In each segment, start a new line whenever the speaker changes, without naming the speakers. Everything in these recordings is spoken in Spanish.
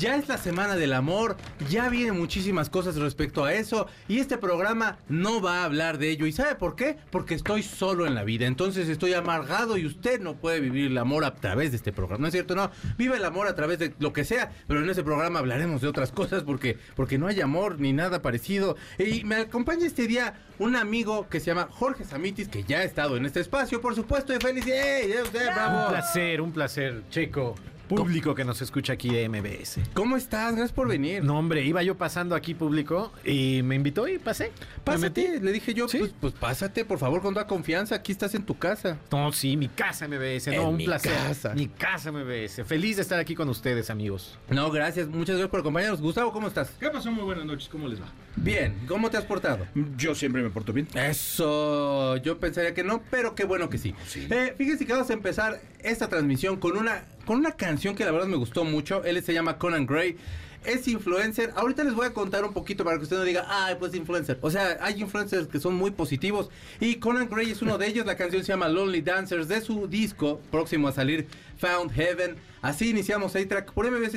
Ya es la semana del amor, ya vienen muchísimas cosas respecto a eso y este programa no va a hablar de ello. ¿Y sabe por qué? Porque estoy solo en la vida, entonces estoy amargado y usted no puede vivir el amor a través de este programa. ¿No es cierto? No, vive el amor a través de lo que sea, pero en este programa hablaremos de otras cosas porque, porque no hay amor ni nada parecido. Y me acompaña este día un amigo que se llama Jorge Samitis, que ya ha estado en este espacio, por supuesto, y feliz. ¡Ey! ¡Eh, usted,
Un
¡Bravo!
placer, un placer, Checo. Público que nos escucha aquí de MBS.
¿Cómo estás? Gracias por venir.
No, hombre, iba yo pasando aquí público y me invitó y pasé. Me metí.
Pásate, le dije yo,
¿Sí?
pues, pues pásate, por favor, con toda confianza, aquí estás en tu casa.
No, sí, mi casa MBS,
En
no, un
mi
placer.
casa.
Mi casa MBS. Feliz de estar aquí con ustedes, amigos.
No, gracias, muchas gracias por acompañarnos. Gustavo, ¿cómo estás?
¿Qué pasó? Muy buenas noches, ¿cómo les va?
Bien, ¿cómo te has portado?
Yo siempre me porto bien.
Eso, yo pensaría que no, pero qué bueno que sí. Eh, fíjense que vamos a empezar esta transmisión con una, con una canción que la verdad me gustó mucho. Él se llama Conan Gray. Es influencer. Ahorita les voy a contar un poquito para que usted no diga, ay, pues influencer. O sea, hay influencers que son muy positivos. Y Conan Gray es uno de ellos. La canción se llama Lonely Dancers de su disco próximo a salir, Found Heaven. Así iniciamos A-Track por MBC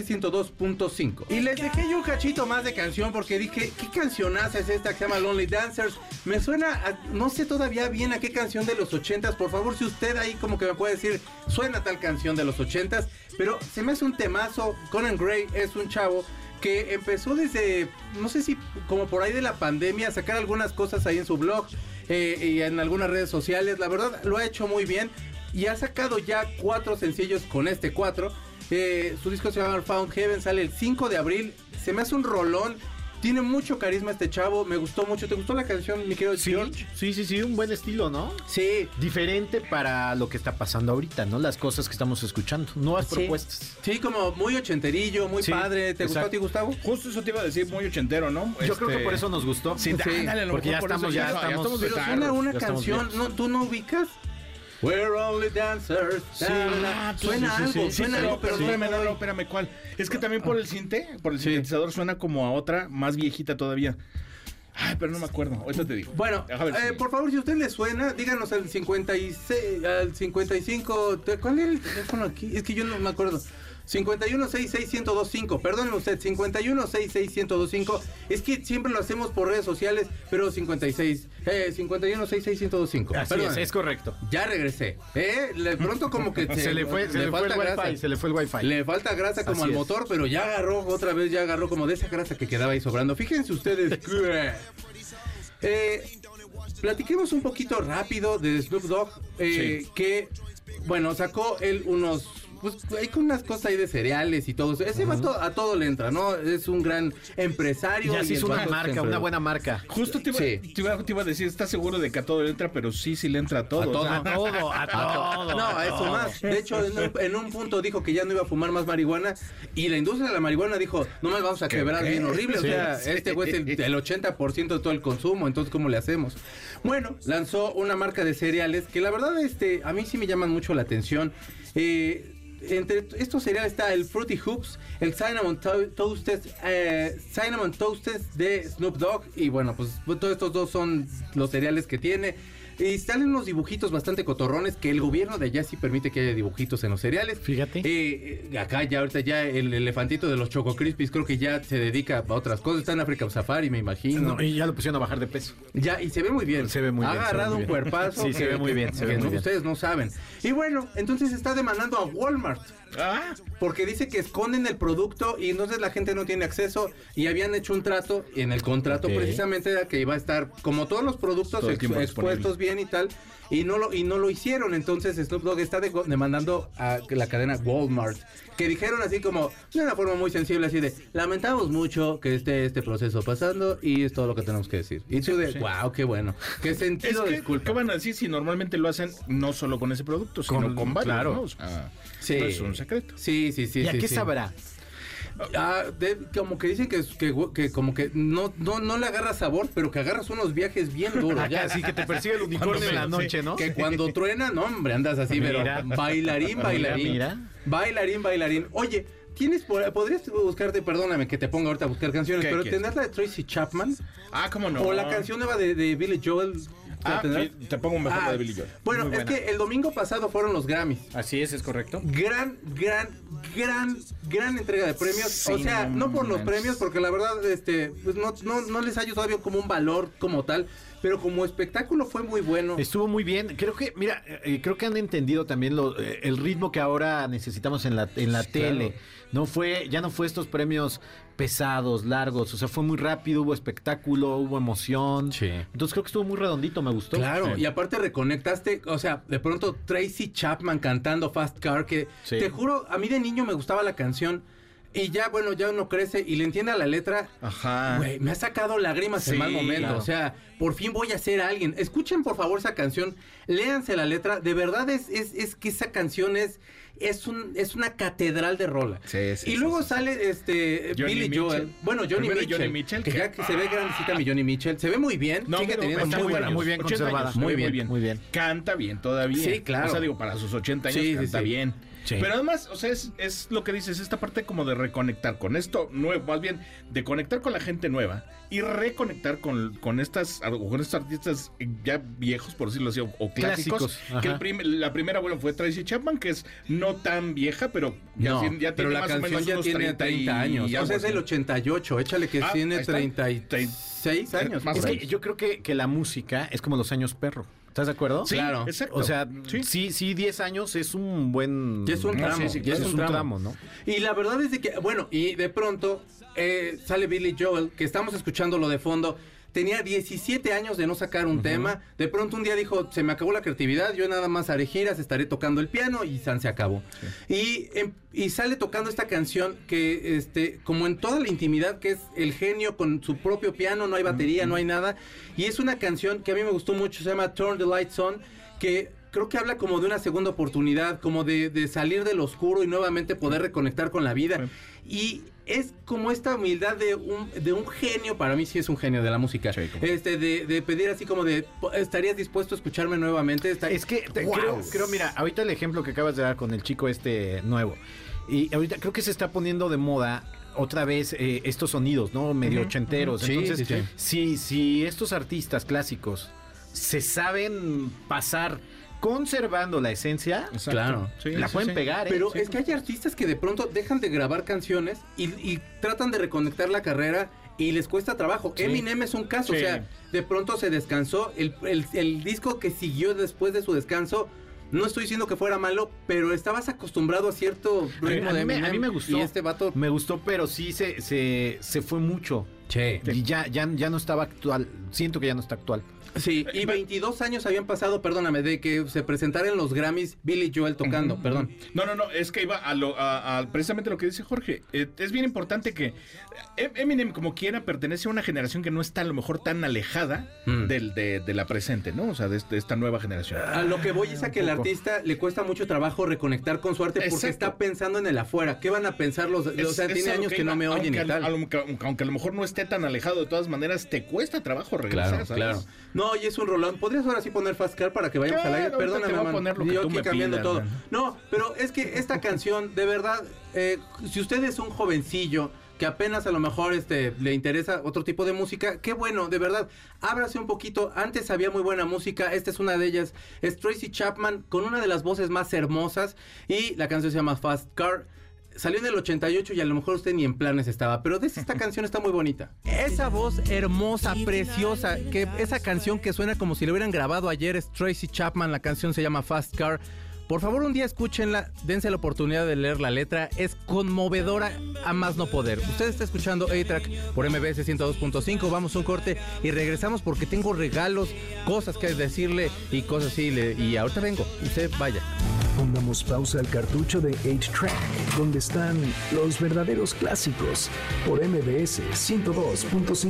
102.5. Y les dejé yo un cachito más de canción porque dije, ¿qué cancionaza es esta que se llama Lonely Dancers? Me suena, a- no sé todavía bien a qué canción de los 80s. Por favor, si usted ahí como que me puede decir, suena tal canción de los 80s. Pero se me hace un temazo. Conan Gray es un chavo que empezó desde, no sé si como por ahí de la pandemia, a sacar algunas cosas ahí en su blog eh, y en algunas redes sociales. La verdad, lo ha hecho muy bien y ha sacado ya cuatro sencillos con este cuatro. Eh, su disco se llama Found Heaven, sale el 5 de abril. Se me hace un rolón. Tiene mucho carisma este chavo, me gustó mucho. ¿Te gustó la canción, mi querido George?
sí, sí, sí, un buen estilo, ¿no?
Sí,
Diferente para lo que está pasando ahorita, ¿no? Las cosas que estamos escuchando, nuevas
Sí.
propuestas.
sí, como muy ochenterillo, muy
Sí,
padre. ¿Te gustó a
exacto.
ti, Gustavo?
Justo eso te iba a decir, muy ochentero, ¿no?
Yo creo que por eso nos gustó.
Pues, este, Sí,
Sí,
ándale, a lo
porque ya
mejor por
estamos,
eso
ya
ya- ya
estamos,
estamos
Pero
Claro,
suena una
ya estamos
canción,
viejos.
¿no, ¿tú no ubicas? We're only dancers.
Sí.
Este,
Ah, suena
sí, sí,
algo,
sí,
suena
sí,
algo,
sí.
pero
Sí.
no
espérame,
me
no, no, espérame, ¿cuál? Es que también por el cinte, por el
Sí.
sintetizador suena como a otra, más viejita todavía. Ay, pero no me acuerdo, ahorita te digo.
Bueno,
Deja ver si-
eh, por favor, si a usted le suena, díganos al 56, al 55, te- ¿cuál era el teléfono aquí? Es que yo no me acuerdo. 51661025, perdónenme usted, 51661025, es que siempre lo hacemos por redes sociales, pero 56, eh, 51661025.
Así es, es correcto.
Ya regresé, ¿eh? De pronto como que
Se le fue, se le fue el
falta grasa.
wifi, se le fue el wifi.
Le falta grasa como
Así
al
es.
motor, pero ya agarró, otra vez ya agarró como de esa grasa que quedaba ahí sobrando. Fíjense ustedes. que- Eh, platiquemos un poquito rápido de Snoop Dogg, eh, que, bueno, sacó él unos... Pues hay con unas cosas ahí de cereales y todo eso. Ese vato a todo le entra, ¿no? Es un gran empresario.
Ya
y
se hizo
el
una
vato
marca,
siempre-
una buena marca.
Justo te iba,
Sí.
te, iba, te iba a decir, ¿estás seguro de que a todo le entra? Pero sí, sí le entra a todo.
A todo.
¿no?
A todo, a todo.
No, a eso
todo.
más. De hecho, en un, en un punto dijo que ya no iba a fumar más marihuana y la industria de la marihuana dijo, no más vamos a quebrar bien horrible. o
Sí,
sea,
sí.
este güey es el, el 80% de todo el consumo, entonces ¿cómo le hacemos? Bueno, lanzó una marca de cereales que la verdad este, a mí sí me llaman mucho la atención. Eh, entre estos cereales está el Fruity Hoops, el Cinnamon To- Toasted, eh, Cinnamon Toasted de Snoop Dogg y bueno, pues todos estos dos son los cereales que tiene. Y salen unos dibujitos bastante cotorrones que el gobierno de allá sí permite que haya dibujitos en los cereales.
Fíjate.
Eh, eh, acá ya ahorita ya el elefantito de los Choco Crispies creo que ya se dedica a otras cosas. Está en África Safari, me imagino.
No, y ya lo pusieron a bajar de peso.
Ya, y se ve muy bien.
Se ve muy
ha
bien, se ve
agarrado
muy
un
bien.
cuerpazo.
Sí, se ve muy bien, se
que
ve
no-
muy bien.
Ustedes no saben. Y bueno, entonces está demandando a Walmart.
Ah,
Porque dice que esconden el producto y entonces la gente no tiene acceso. Y habían hecho un trato y en el contrato
Ok.
precisamente era que iba a estar como todos los productos
Todo el
ex-
tiempo
expuestos bien y tal. Y no lo, y no lo hicieron. Entonces Snoop Dogg está de- demandando a la cadena Walmart. Que dijeron así como, de una forma muy sensible, así de lamentamos mucho que esté este proceso pasando y es todo lo que tenemos que decir. Y tú de, wow, qué bueno. Qué
es
sentido de
que,
disculpa.
¿qué van a decir si normalmente lo hacen no solo con ese producto, sino
Con-
con, varios?
claro.
¿no? O sea,
Ah. Sí.
no es un secreto.
Sí, sí, sí.
¿Y a
sí,
qué
sí.
sabrá?
Ah, de- como que dicen que, que, que como que no, no, no le agarras sabor, pero que agarras unos viajes bien duros. ya.
Así que te persigue el unicornio en la
Cuando me-
noche, ¿no?
Que cuando truena, no, hombre, andas así,
Mira.
pero bailarín, bailarín.
Mira, mira.
Bailarín, bailarín. Oye, tienes por- podrías buscarte, perdóname que te ponga ahorita a buscar canciones,
¿Qué
pero
quieres?
tendrás la de Tracy Chapman
Ah, cómo no.
o la canción nueva de, de Billy Joel.
Ah,
¿Tendrás?
sí, te pongo mejor la de Billy Joel.
Ah, Bueno,
Muy
es
buena.
que el domingo pasado fueron los Grammys.
Así es, es correcto.
Gran, gran, gran, gran entrega de premios. o
Sí,
sea,
no
no por los
manches.
premios, porque la verdad, este, pues no, no, no les hallo todavía como un valor como tal, pero como espectáculo fue muy bueno.
Estuvo muy bien. Creo que, mira, eh, creo que han entendido también lo- eh, el ritmo que ahora necesitamos en la, en la tele. No fue, ya no fue estos premios pesados, largos. O sea, fue muy rápido, hubo espectáculo, hubo emoción.
Sí.
Entonces creo que estuvo muy redondito, me gustó.
Claro,
Sí.
y aparte reconectaste, o sea, de pronto Tracy Chapman cantando Fast Car, que
Sí.
te juro, a mí de niño me gustaba la canción. Y ya, bueno, ya uno crece y le entiende a la letra.
Ajá.
Güey, me ha sacado lágrimas en
Sí,
mal momento.
claro.
O sea, por fin voy a ser alguien. Escuchen, por favor, esa canción. Léanse la letra. De verdad es, es, es que esa canción es, es, un, es una catedral de rola.
Sí, sí,
y
sí,
luego
sí.
sale este
Johnny
Billy
Mitchell.
Joel. Bueno, Johnny
Primero
Mitchell.
Johnny Mitchell,
que
que- ah.
ya que se ve grandecita mi Johnny Mitchell. Se ve muy bien.
No,
sigue
pero
teniendo
está
muy
muy
buena
buena,
muy bien
80 años,
conservada.
se ve
Muy bien,
muy bien.
Canta bien todavía.
Sí, claro.
O sea, digo, para sus 80 años
Sí, sí,
canta
sí.
bien.
Sí.
Pero además, o sea, es, es lo que dices, esta parte como de reconectar con esto nuevo, más bien de conectar con la gente nueva y reconectar con, con estas o con estos artistas ya viejos, por decirlo así, o, o clásicos.
Clásicos, ajá.
que el prim- la primera, bueno, fue Tracy Chapman, que es no tan vieja, pero ya,
No,
tiene- ya
pero
tiene
la
más o
canción
menos
ya
unos
tiene 30, años.
y
o
algo
sea, es
así.
el 88. Échale que
Ah,
tiene
ahí está.
36 años.
Más
por
Es
ahí.
que yo creo que, que la música es como los años perro. ¿Estás de acuerdo?
Sí,
Claro.
exacto.
O sea,
Sí.
sí, sí, 10 años es un buen.
Ya es un
No,
tramo,
sí, sí,
ya
es un tramo, ¿no?
Y la verdad es de que, bueno, y de pronto eh, sale Billy Joel, que estamos escuchando lo de fondo. Tenía 17 años de no sacar un tema. De pronto un día dijo, se me acabó la creatividad, yo nada más haré giras, estaré tocando el piano y San se acabó. Y, em, y sale tocando esta canción que, este, como en toda la intimidad, que es el genio con su propio piano, no hay batería, no hay nada. Y es una canción que a mí me gustó mucho, se llama Turn the Lights On, que creo que habla como de una segunda oportunidad, como de, de salir del oscuro y nuevamente poder reconectar con la vida. Y es como esta humildad de un, de un genio, para mí sí es un genio de la música,
Sí, cómo no.
este de, de pedir así como de, po- ¿estarías dispuesto a escucharme nuevamente? Está-
Es que te-
¡Wow!
creo, creo, mira, ahorita el ejemplo que acabas de dar con el chico este nuevo. Y ahorita creo que se está poniendo de moda otra vez eh, estos sonidos, ¿no? Medio ochenteros.
Sí,
Entonces,
sí, sí.
Si, si estos artistas clásicos se saben pasar conservando la esencia,
Exacto.
Claro.
Sí,
la
sí,
pueden
sí.
pegar, ¿eh?
Pero es que hay artistas que de pronto dejan de grabar canciones y, y tratan de reconectar la carrera y les cuesta trabajo. Eminem es un caso, o
Sí.
sea, de pronto se descansó. El, el- el disco que siguió después de su descanso, no estoy diciendo que fuera malo, pero estabas acostumbrado a cierto
A mí-
ritmo
a
de
mí me-
Eminem.
a mí me gustó.
Y este vato...
Me gustó, pero sí se, se, se fue mucho.
Che.
Y ya, ya, ya no estaba actual. Siento que ya no está actual.
Sí, y 22 años habían pasado, perdóname, de que se presentaran en los Grammys Billy Joel tocando, perdón.
No, no, no, es que iba a, lo, a- a precisamente lo que dice Jorge. Eh, es bien importante que eh, Eminem, como quiera, pertenece a una generación que no está a lo mejor tan alejada
Mm. Ah,
del, de, de la presente, ¿no? O sea, de, este- de esta nueva generación.
A lo que voy es a que el artista le cuesta mucho trabajo reconectar con su arte porque
Exacto.
está pensando en el afuera. ¿Qué van a pensar los.? o
Es-
sea,
es
tiene
a lo
años que, no
iba,
me oyen
aunque,
y tal.
a lo- aunque, aunque a lo mejor no esté tan alejado, de todas maneras, te cuesta trabajo regresar, ¿sabes?
No, y es un rolón. ¿Podrías ahora sí poner Fast Car para que vayamos
Claro,
al aire?
ahorita
Perdóname,
te voy a
mano.
poner lo que
Yo
tú
aquí
me
cambiando
pidas,
todo.
mano.
No, pero es que esta canción, de verdad, eh, si usted es un jovencillo que apenas a lo mejor este, le interesa otro tipo de música, qué bueno, de verdad, ábrase un poquito. Antes había muy buena música, esta es una de ellas. Es Tracy Chapman con una de las voces más hermosas y la canción se llama Fast Car. Salió en el 88 y a lo mejor usted ni en planes estaba, pero de esta canción está muy bonita. Esa voz hermosa, preciosa, que esa canción que suena como si la hubieran grabado ayer es Tracy Chapman, la canción se llama Fast Car. Por favor, un día escúchenla, dense la oportunidad de leer la letra, es conmovedora a más no poder. Usted está escuchando A-Track por MBS 102.5, vamos a un corte y regresamos porque tengo regalos, cosas que decirle y cosas así, le- y ahorita vengo, usted vaya.
Pongamos pausa al cartucho de 8-Track, donde están los verdaderos clásicos por MBS 102.5.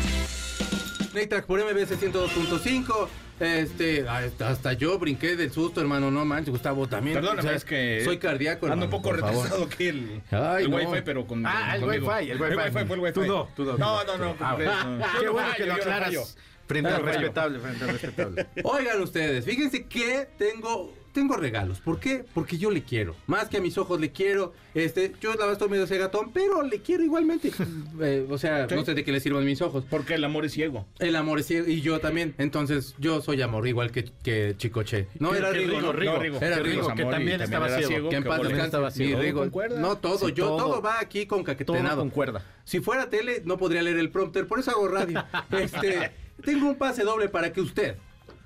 Neytrack por MBS 102.5. Este, hasta hasta yo brinqué del susto, hermano. No manches, Gustavo también.
Perdóname,
O sea,
es que.
Soy cardíaco, hermano.
Ando un poco
por favor.
retrasado que el,
Ay,
el
no.
Wi-Fi, pero con.
Ah, el
conmigo.
Wi-Fi, el Wi-Fi.
fue el Wi-Fi.
Tú no, tú no, tú
No,
no.
no, no.
Ah,
pues, no.
Qué
Yo
bueno
no
que lo
fallo, yo no
aclaras.
fallo.
Frente
Yo
al
no fallo.
respetable, frente al respetable.
Oigan ustedes, fíjense que tengo, tengo regalos. ¿Por qué? Porque yo le quiero. Más que a mis ojos le quiero. Este, yo la verdad estoy medio gatón, pero le quiero igualmente. Eh, o sea,
Sí.
no sé de qué le sirvan mis ojos.
Porque el amor es ciego.
El amor es ciego, y yo también. Entonces, yo soy amor, igual que, que Chicoche. No,
Que-
era
que
Rigo.
Rigo,
no,
Rigo,
Rigo. Era
que
Rigo,
es
que
amor y
también estaba
era
ciego.
Que en
que
paz
bueno.
descanse,
estaba
mi
ciego.
Rigo.
Todo concuerda.
No todo,
Sí,
yo todo.
todo.
va aquí con
Todo
caquetenado.
concuerda.
Si fuera tele, no podría leer el prompter, por eso hago radio. Este, tengo un pase doble para que usted,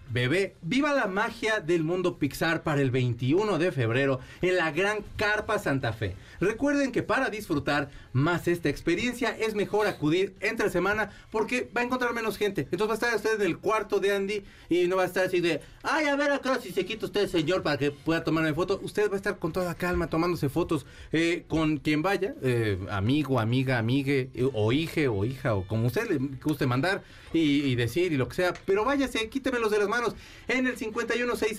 bebé, viva la magia del mundo Pixar para el 21 de febrero en la Gran Carpa Santa Fe. Recuerden que para disfrutar más esta experiencia es mejor acudir entre semana porque va a encontrar menos gente. Entonces va a estar usted en el cuarto de Andy y no va a estar así de, ay, a ver acá si se quita usted, señor, para que pueda tomarme foto. Usted va a estar con toda calma tomándose fotos eh, con quien vaya, eh, amigo, amiga, amigue, eh, o hije, o hija, o como usted le guste mandar y, y decir y lo que sea. Pero váyase, quítemelos de las manos. En el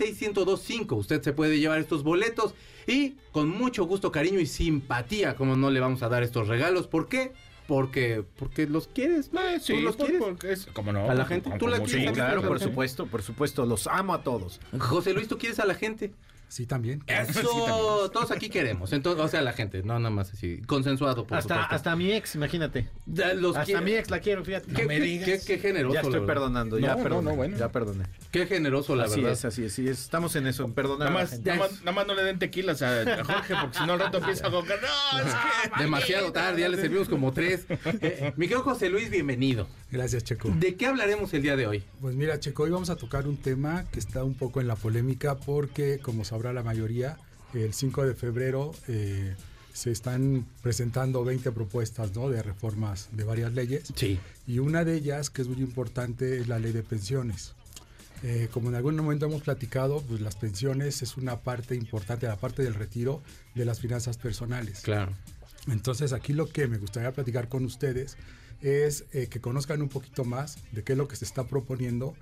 5166125 usted se puede llevar estos boletos y con mucho gusto, cariño y simpatía, como no le vamos a dar estos regalos. ¿Por qué? Porque, porque los quieres. ¿no?
Eh, Sí,
¿Tú los
por-
quieres?
porque es- como no.
A la gente,
como-
tú la
como-
quieres,
Sí,
a mí,
claro,
pero-
por supuesto.
supuesto, por supuesto. Los amo a todos.
José Luis, tú quieres a la gente.
Sí, también.
Eso, todos aquí queremos. Entonces, o sea, la gente, no nada más así, consensuado, por
Hasta,
supuesto.
hasta mi ex, imagínate.
Da- los
Hasta
quiere-
mi ex la quiero, fíjate.
Qué,
No me
qué-
digas.
qué- qué generoso. la
Ya estoy
verdad.
perdonando,
No,
ya
no,
perdoné.
no, bueno.
Ya perdoné.
Qué generoso, la
así
verdad.
es, así es, sí, es. Estamos en eso, en perdonar.
Nada
a la
más,
gente.
nada, más, nada más no le den tequilas a, a Jorge, porque si no al rato empieza con que no, es que.
Demasiado tarde, ya le servimos como tres. Eh, mi querido José Luis, bienvenido.
Gracias, Checo.
¿De qué hablaremos el día de hoy?
Pues mira, Checo, hoy vamos a tocar un tema que está un poco en la polémica porque, como sabrá la mayoría, el 5 de febrero eh, se están presentando 20 propuestas ¿no? de reformas de varias leyes.
Sí.
Y una de ellas, que es muy importante, es la ley de pensiones. Eh, como en algún momento hemos platicado, pues las pensiones es una parte importante, la parte del retiro de las finanzas personales.
Claro.
Entonces aquí lo que me gustaría platicar con ustedes es eh, que conozcan un poquito más de qué es lo que se está proponiendo,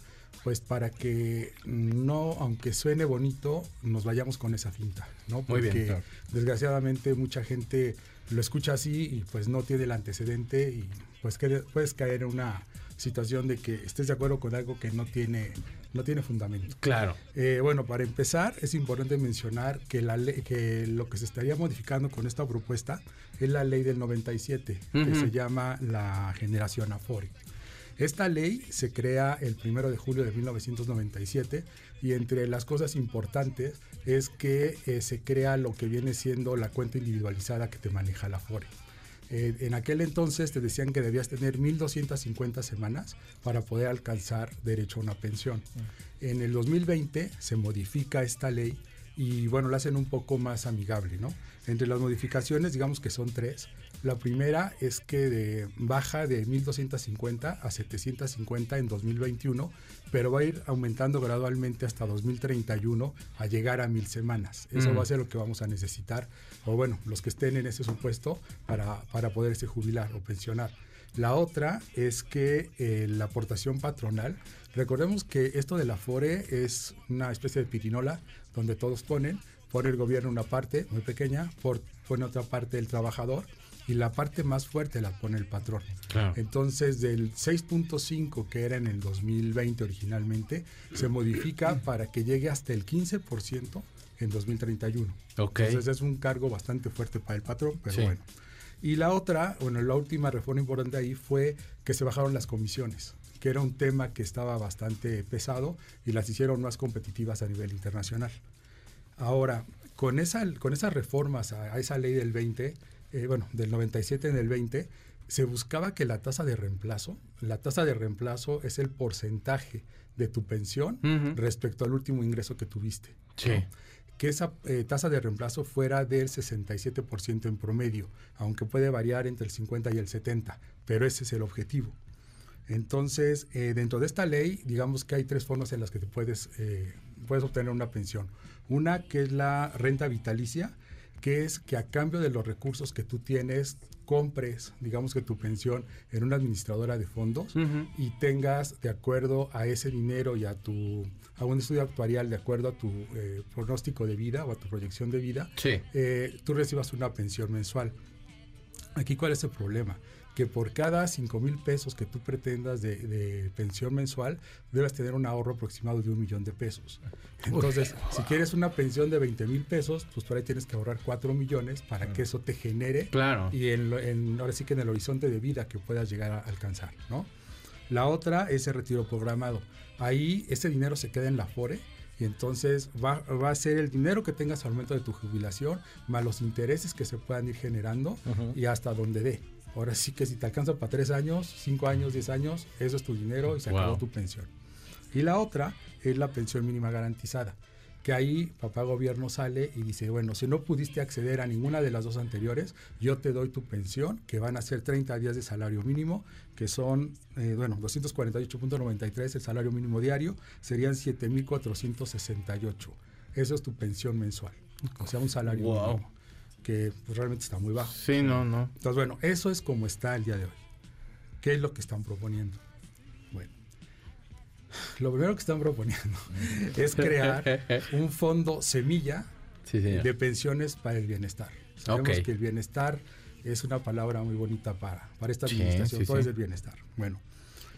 pues para que no, aunque suene bonito, nos vayamos con esa finta, ¿no?
Muy bien, claro.
desgraciadamente mucha gente lo escucha así y pues no tiene el antecedente y pues que- puedes caer en una situación de que estés de acuerdo con algo que no tiene, no tiene fundamento.
Claro.
Eh, bueno, para empezar, es importante mencionar que, la le- que lo que se estaría modificando con esta propuesta es la ley del 97,
Ujú.
que se llama la generación Afore. Esta ley se crea el 1 de julio de 1997 y entre las cosas importantes es que eh, se crea lo que viene siendo la cuenta individualizada que te maneja la Afore. Eh, en aquel entonces te decían que debías tener 1.250 semanas para poder alcanzar derecho a una pensión. En el 2020 se modifica esta ley y bueno, la hacen un poco más amigable, ¿no? Entre las modificaciones, digamos que son tres. La primera es que de- baja de 1.250 a 750 en 2021, pero va a ir aumentando gradualmente hasta 2031 a llegar a 1.000 semanas. Eso
Mm.
va a ser lo que vamos a necesitar, o bueno, los que estén en ese supuesto para, para poderse jubilar o pensionar. La otra es que eh, la aportación patronal, recordemos que esto del Afore es una especie de pirinola donde todos ponen, pone el gobierno una parte muy pequeña, por- pone otra parte el trabajador y la parte más fuerte la pone el patrón.
Claro.
Entonces, del 6.5 que era en el 2020 originalmente, se modifica para que llegue hasta el 15% en 2031.
Ok.
Entonces, es un cargo bastante fuerte para el patrón, pero
Sí.
bueno. Y la otra, bueno, la última reforma importante ahí fue que se bajaron las comisiones, que era un tema que estaba bastante pesado y las hicieron más competitivas a nivel internacional. Ahora, con, esa, con esas reformas a, a esa ley del 20, eh, bueno, del 97 en el 20, se buscaba que la tasa de reemplazo, la tasa de reemplazo es el porcentaje de tu pensión
Ujú.
respecto al último ingreso que tuviste
Sí.
que esa eh, tasa de reemplazo fuera del 67% en promedio, aunque puede variar entre el 50 y el 70, pero ese es el objetivo. Entonces, eh, dentro de esta ley, digamos que hay tres formas en las que te puedes, eh, puedes obtener una pensión. Una que es la renta vitalicia, que es que a cambio de los recursos que tú tienes, compres, digamos que tu pensión en una administradora de fondos
Ujú.
y tengas de acuerdo a ese dinero y a tu a un estudio actuarial de acuerdo a tu eh, pronóstico de vida o a tu proyección de vida,
Sí.
eh, tú recibas una pensión mensual. Aquí cuál es el problema? Que por cada 5 mil pesos que tú pretendas de, de pensión mensual, debes tener un ahorro aproximado de un millón de pesos. Entonces, si quieres una pensión de 20 mil pesos, pues por ahí tienes que ahorrar 4 millones para que eso te genere
Claro.
y en lo- en- ahora sí que en el horizonte de vida que puedas llegar a alcanzar, ¿no? La otra es el retiro programado. Ahí ese dinero se queda en la FORE y entonces va, va a ser el dinero que tengas al momento de tu jubilación, más los intereses que se puedan ir generando y hasta donde dé. Ahora sí que si te alcanza para tres años, cinco años, diez años, eso es tu dinero y se acabó
Wow.
tu pensión. Y la otra es la pensión mínima garantizada, que ahí papá gobierno sale y dice, bueno, si no pudiste acceder a ninguna de las dos anteriores, yo te doy tu pensión, que van a ser 30 días de salario mínimo, que son, eh, bueno, 248.93 el salario mínimo diario, serían 7.468. Eso es tu pensión mensual, o sea, un salario
Wow.
mínimo, que pues, realmente está muy bajo.
Sí, no, no.
Entonces, bueno, eso es como está el día de hoy. ¿Qué es lo que están proponiendo? Bueno, lo primero que están proponiendo es crear un fondo semilla
Sí, señor.
de pensiones para el bienestar. Sabemos
Ok.
que el bienestar es una palabra muy bonita para, para esta
Sí,
administración,
sí,
todo
sí.
es el bienestar. Bueno,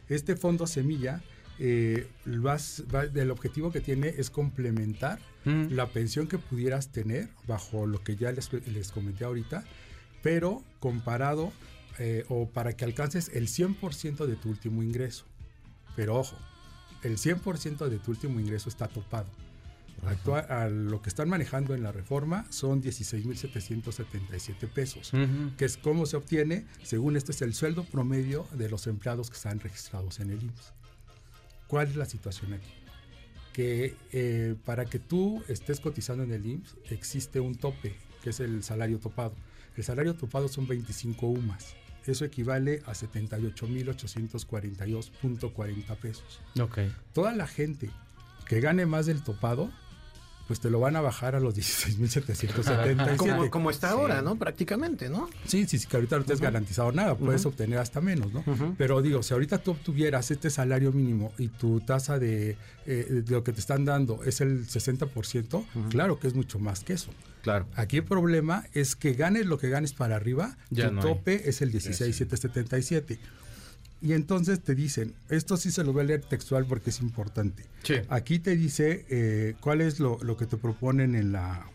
este fondo semilla, eh, vas- va- el objetivo que tiene es complementar
Mm.
la pensión que pudieras tener bajo lo que ya les, les comenté ahorita, pero comparado eh, o para que alcances el 100% de tu último ingreso. Pero ojo, el 100% de tu último ingreso está topado. Actua- a lo que están manejando en la reforma son 16.777 pesos.
Ujú.
Que es cómo se obtiene, según este es el sueldo promedio de los empleados que están registrados en el IMSS. ¿Cuál es la situación aquí? Que eh, para que tú estés cotizando en el IMSS existe un tope, que es el salario topado. El salario topado son 25 UMAS. Eso equivale a 78.842.40 pesos
Ok.
toda la gente que gane más del topado, pues te lo van a bajar a los 16.777.
Como, como Pues está
Sí.
ahora, ¿no? Prácticamente, ¿no?
Sí, sí, sí, que ahorita no te has garantizado nada, puedes obtener hasta menos, ¿no? Pero digo, si ahorita tú obtuvieras este salario mínimo y tu tasa de, eh, de lo que te están dando es el 60%, claro que es mucho más que eso.
Claro.
Aquí el problema es que ganes lo que ganes para arriba,
Ya
tu
no hay.
tope es el 16,777. Y entonces te dicen, esto sí se lo voy a leer textual porque es importante.
Sí.
Aquí te dice eh, cuál es lo, lo que te proponen en la,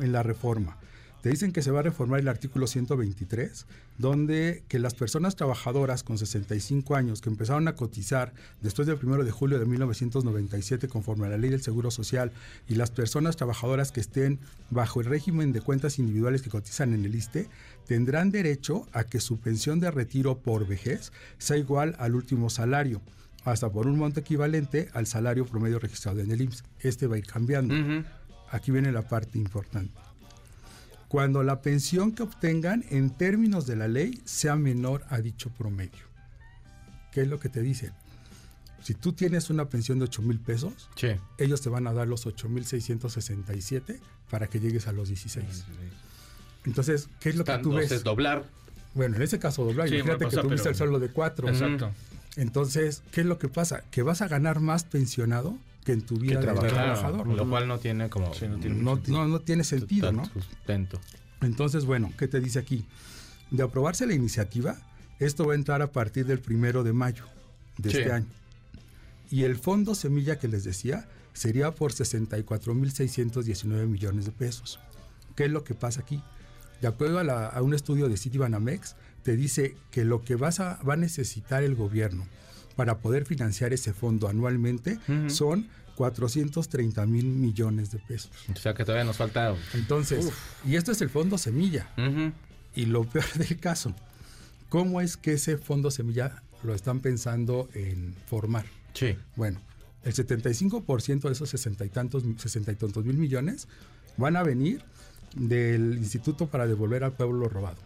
en la reforma. Te dicen que se va a reformar el artículo 123, donde que las personas trabajadoras con 65 años que empezaron a cotizar después del 1 de julio de 1997 conforme a la ley del Seguro Social y las personas trabajadoras que estén bajo el régimen de cuentas individuales que cotizan en el ISTE E, tendrán derecho a que su pensión de retiro por vejez sea igual al último salario hasta por un monto equivalente al salario promedio registrado en el IMSS. Este va a ir cambiando.
Mm.
Ujú.
Aquí viene la parte importante. Cuando la pensión que obtengan en términos de la ley sea menor a dicho promedio. ¿Qué es lo que te dicen? Si tú tienes una pensión de 8 mil pesos,
Sí.
ellos te van a dar los 8.667 para que llegues a los 16.
Ah,
Entonces, ¿qué es lo que tú
Entonces,
ves?
doblar.
Bueno, en ese caso, doblar,
Sí, bueno,
imagínate
o
que
sea,
tuviste
pero-
el sueldo de 4.
Exacto.
Entonces, ¿qué es lo que pasa? Que vas a ganar más pensionado que en tu vida de
Claro,
trabajador.
Lo cual no tiene como.
Sí, no tiene
No, no, no tiene sentido,
tanto
¿no?
sustento.
Entonces, bueno, ¿qué te dice aquí? De aprobarse la iniciativa, esto va a entrar a partir del primero de mayo de
Sí.
este año. Y el fondo semilla que les decía sería por 64.619 millones de pesos. ¿Qué es lo que pasa aquí? De acuerdo a, la- a un estudio de Citibanamex, te dice que lo que vas a, va a necesitar el gobierno para poder financiar ese fondo anualmente son 430 mil millones de pesos.
O sea que todavía nos falta.
Entonces, y esto es el fondo semilla.
Ujú.
Y lo peor del caso, ¿cómo es que ese fondo semilla lo están pensando en formar?
Sí.
Bueno, el 75% de esos sesenta y tantos, sesenta y tantos mil millones van a venir del Instituto para Devolver al Pueblo Robado.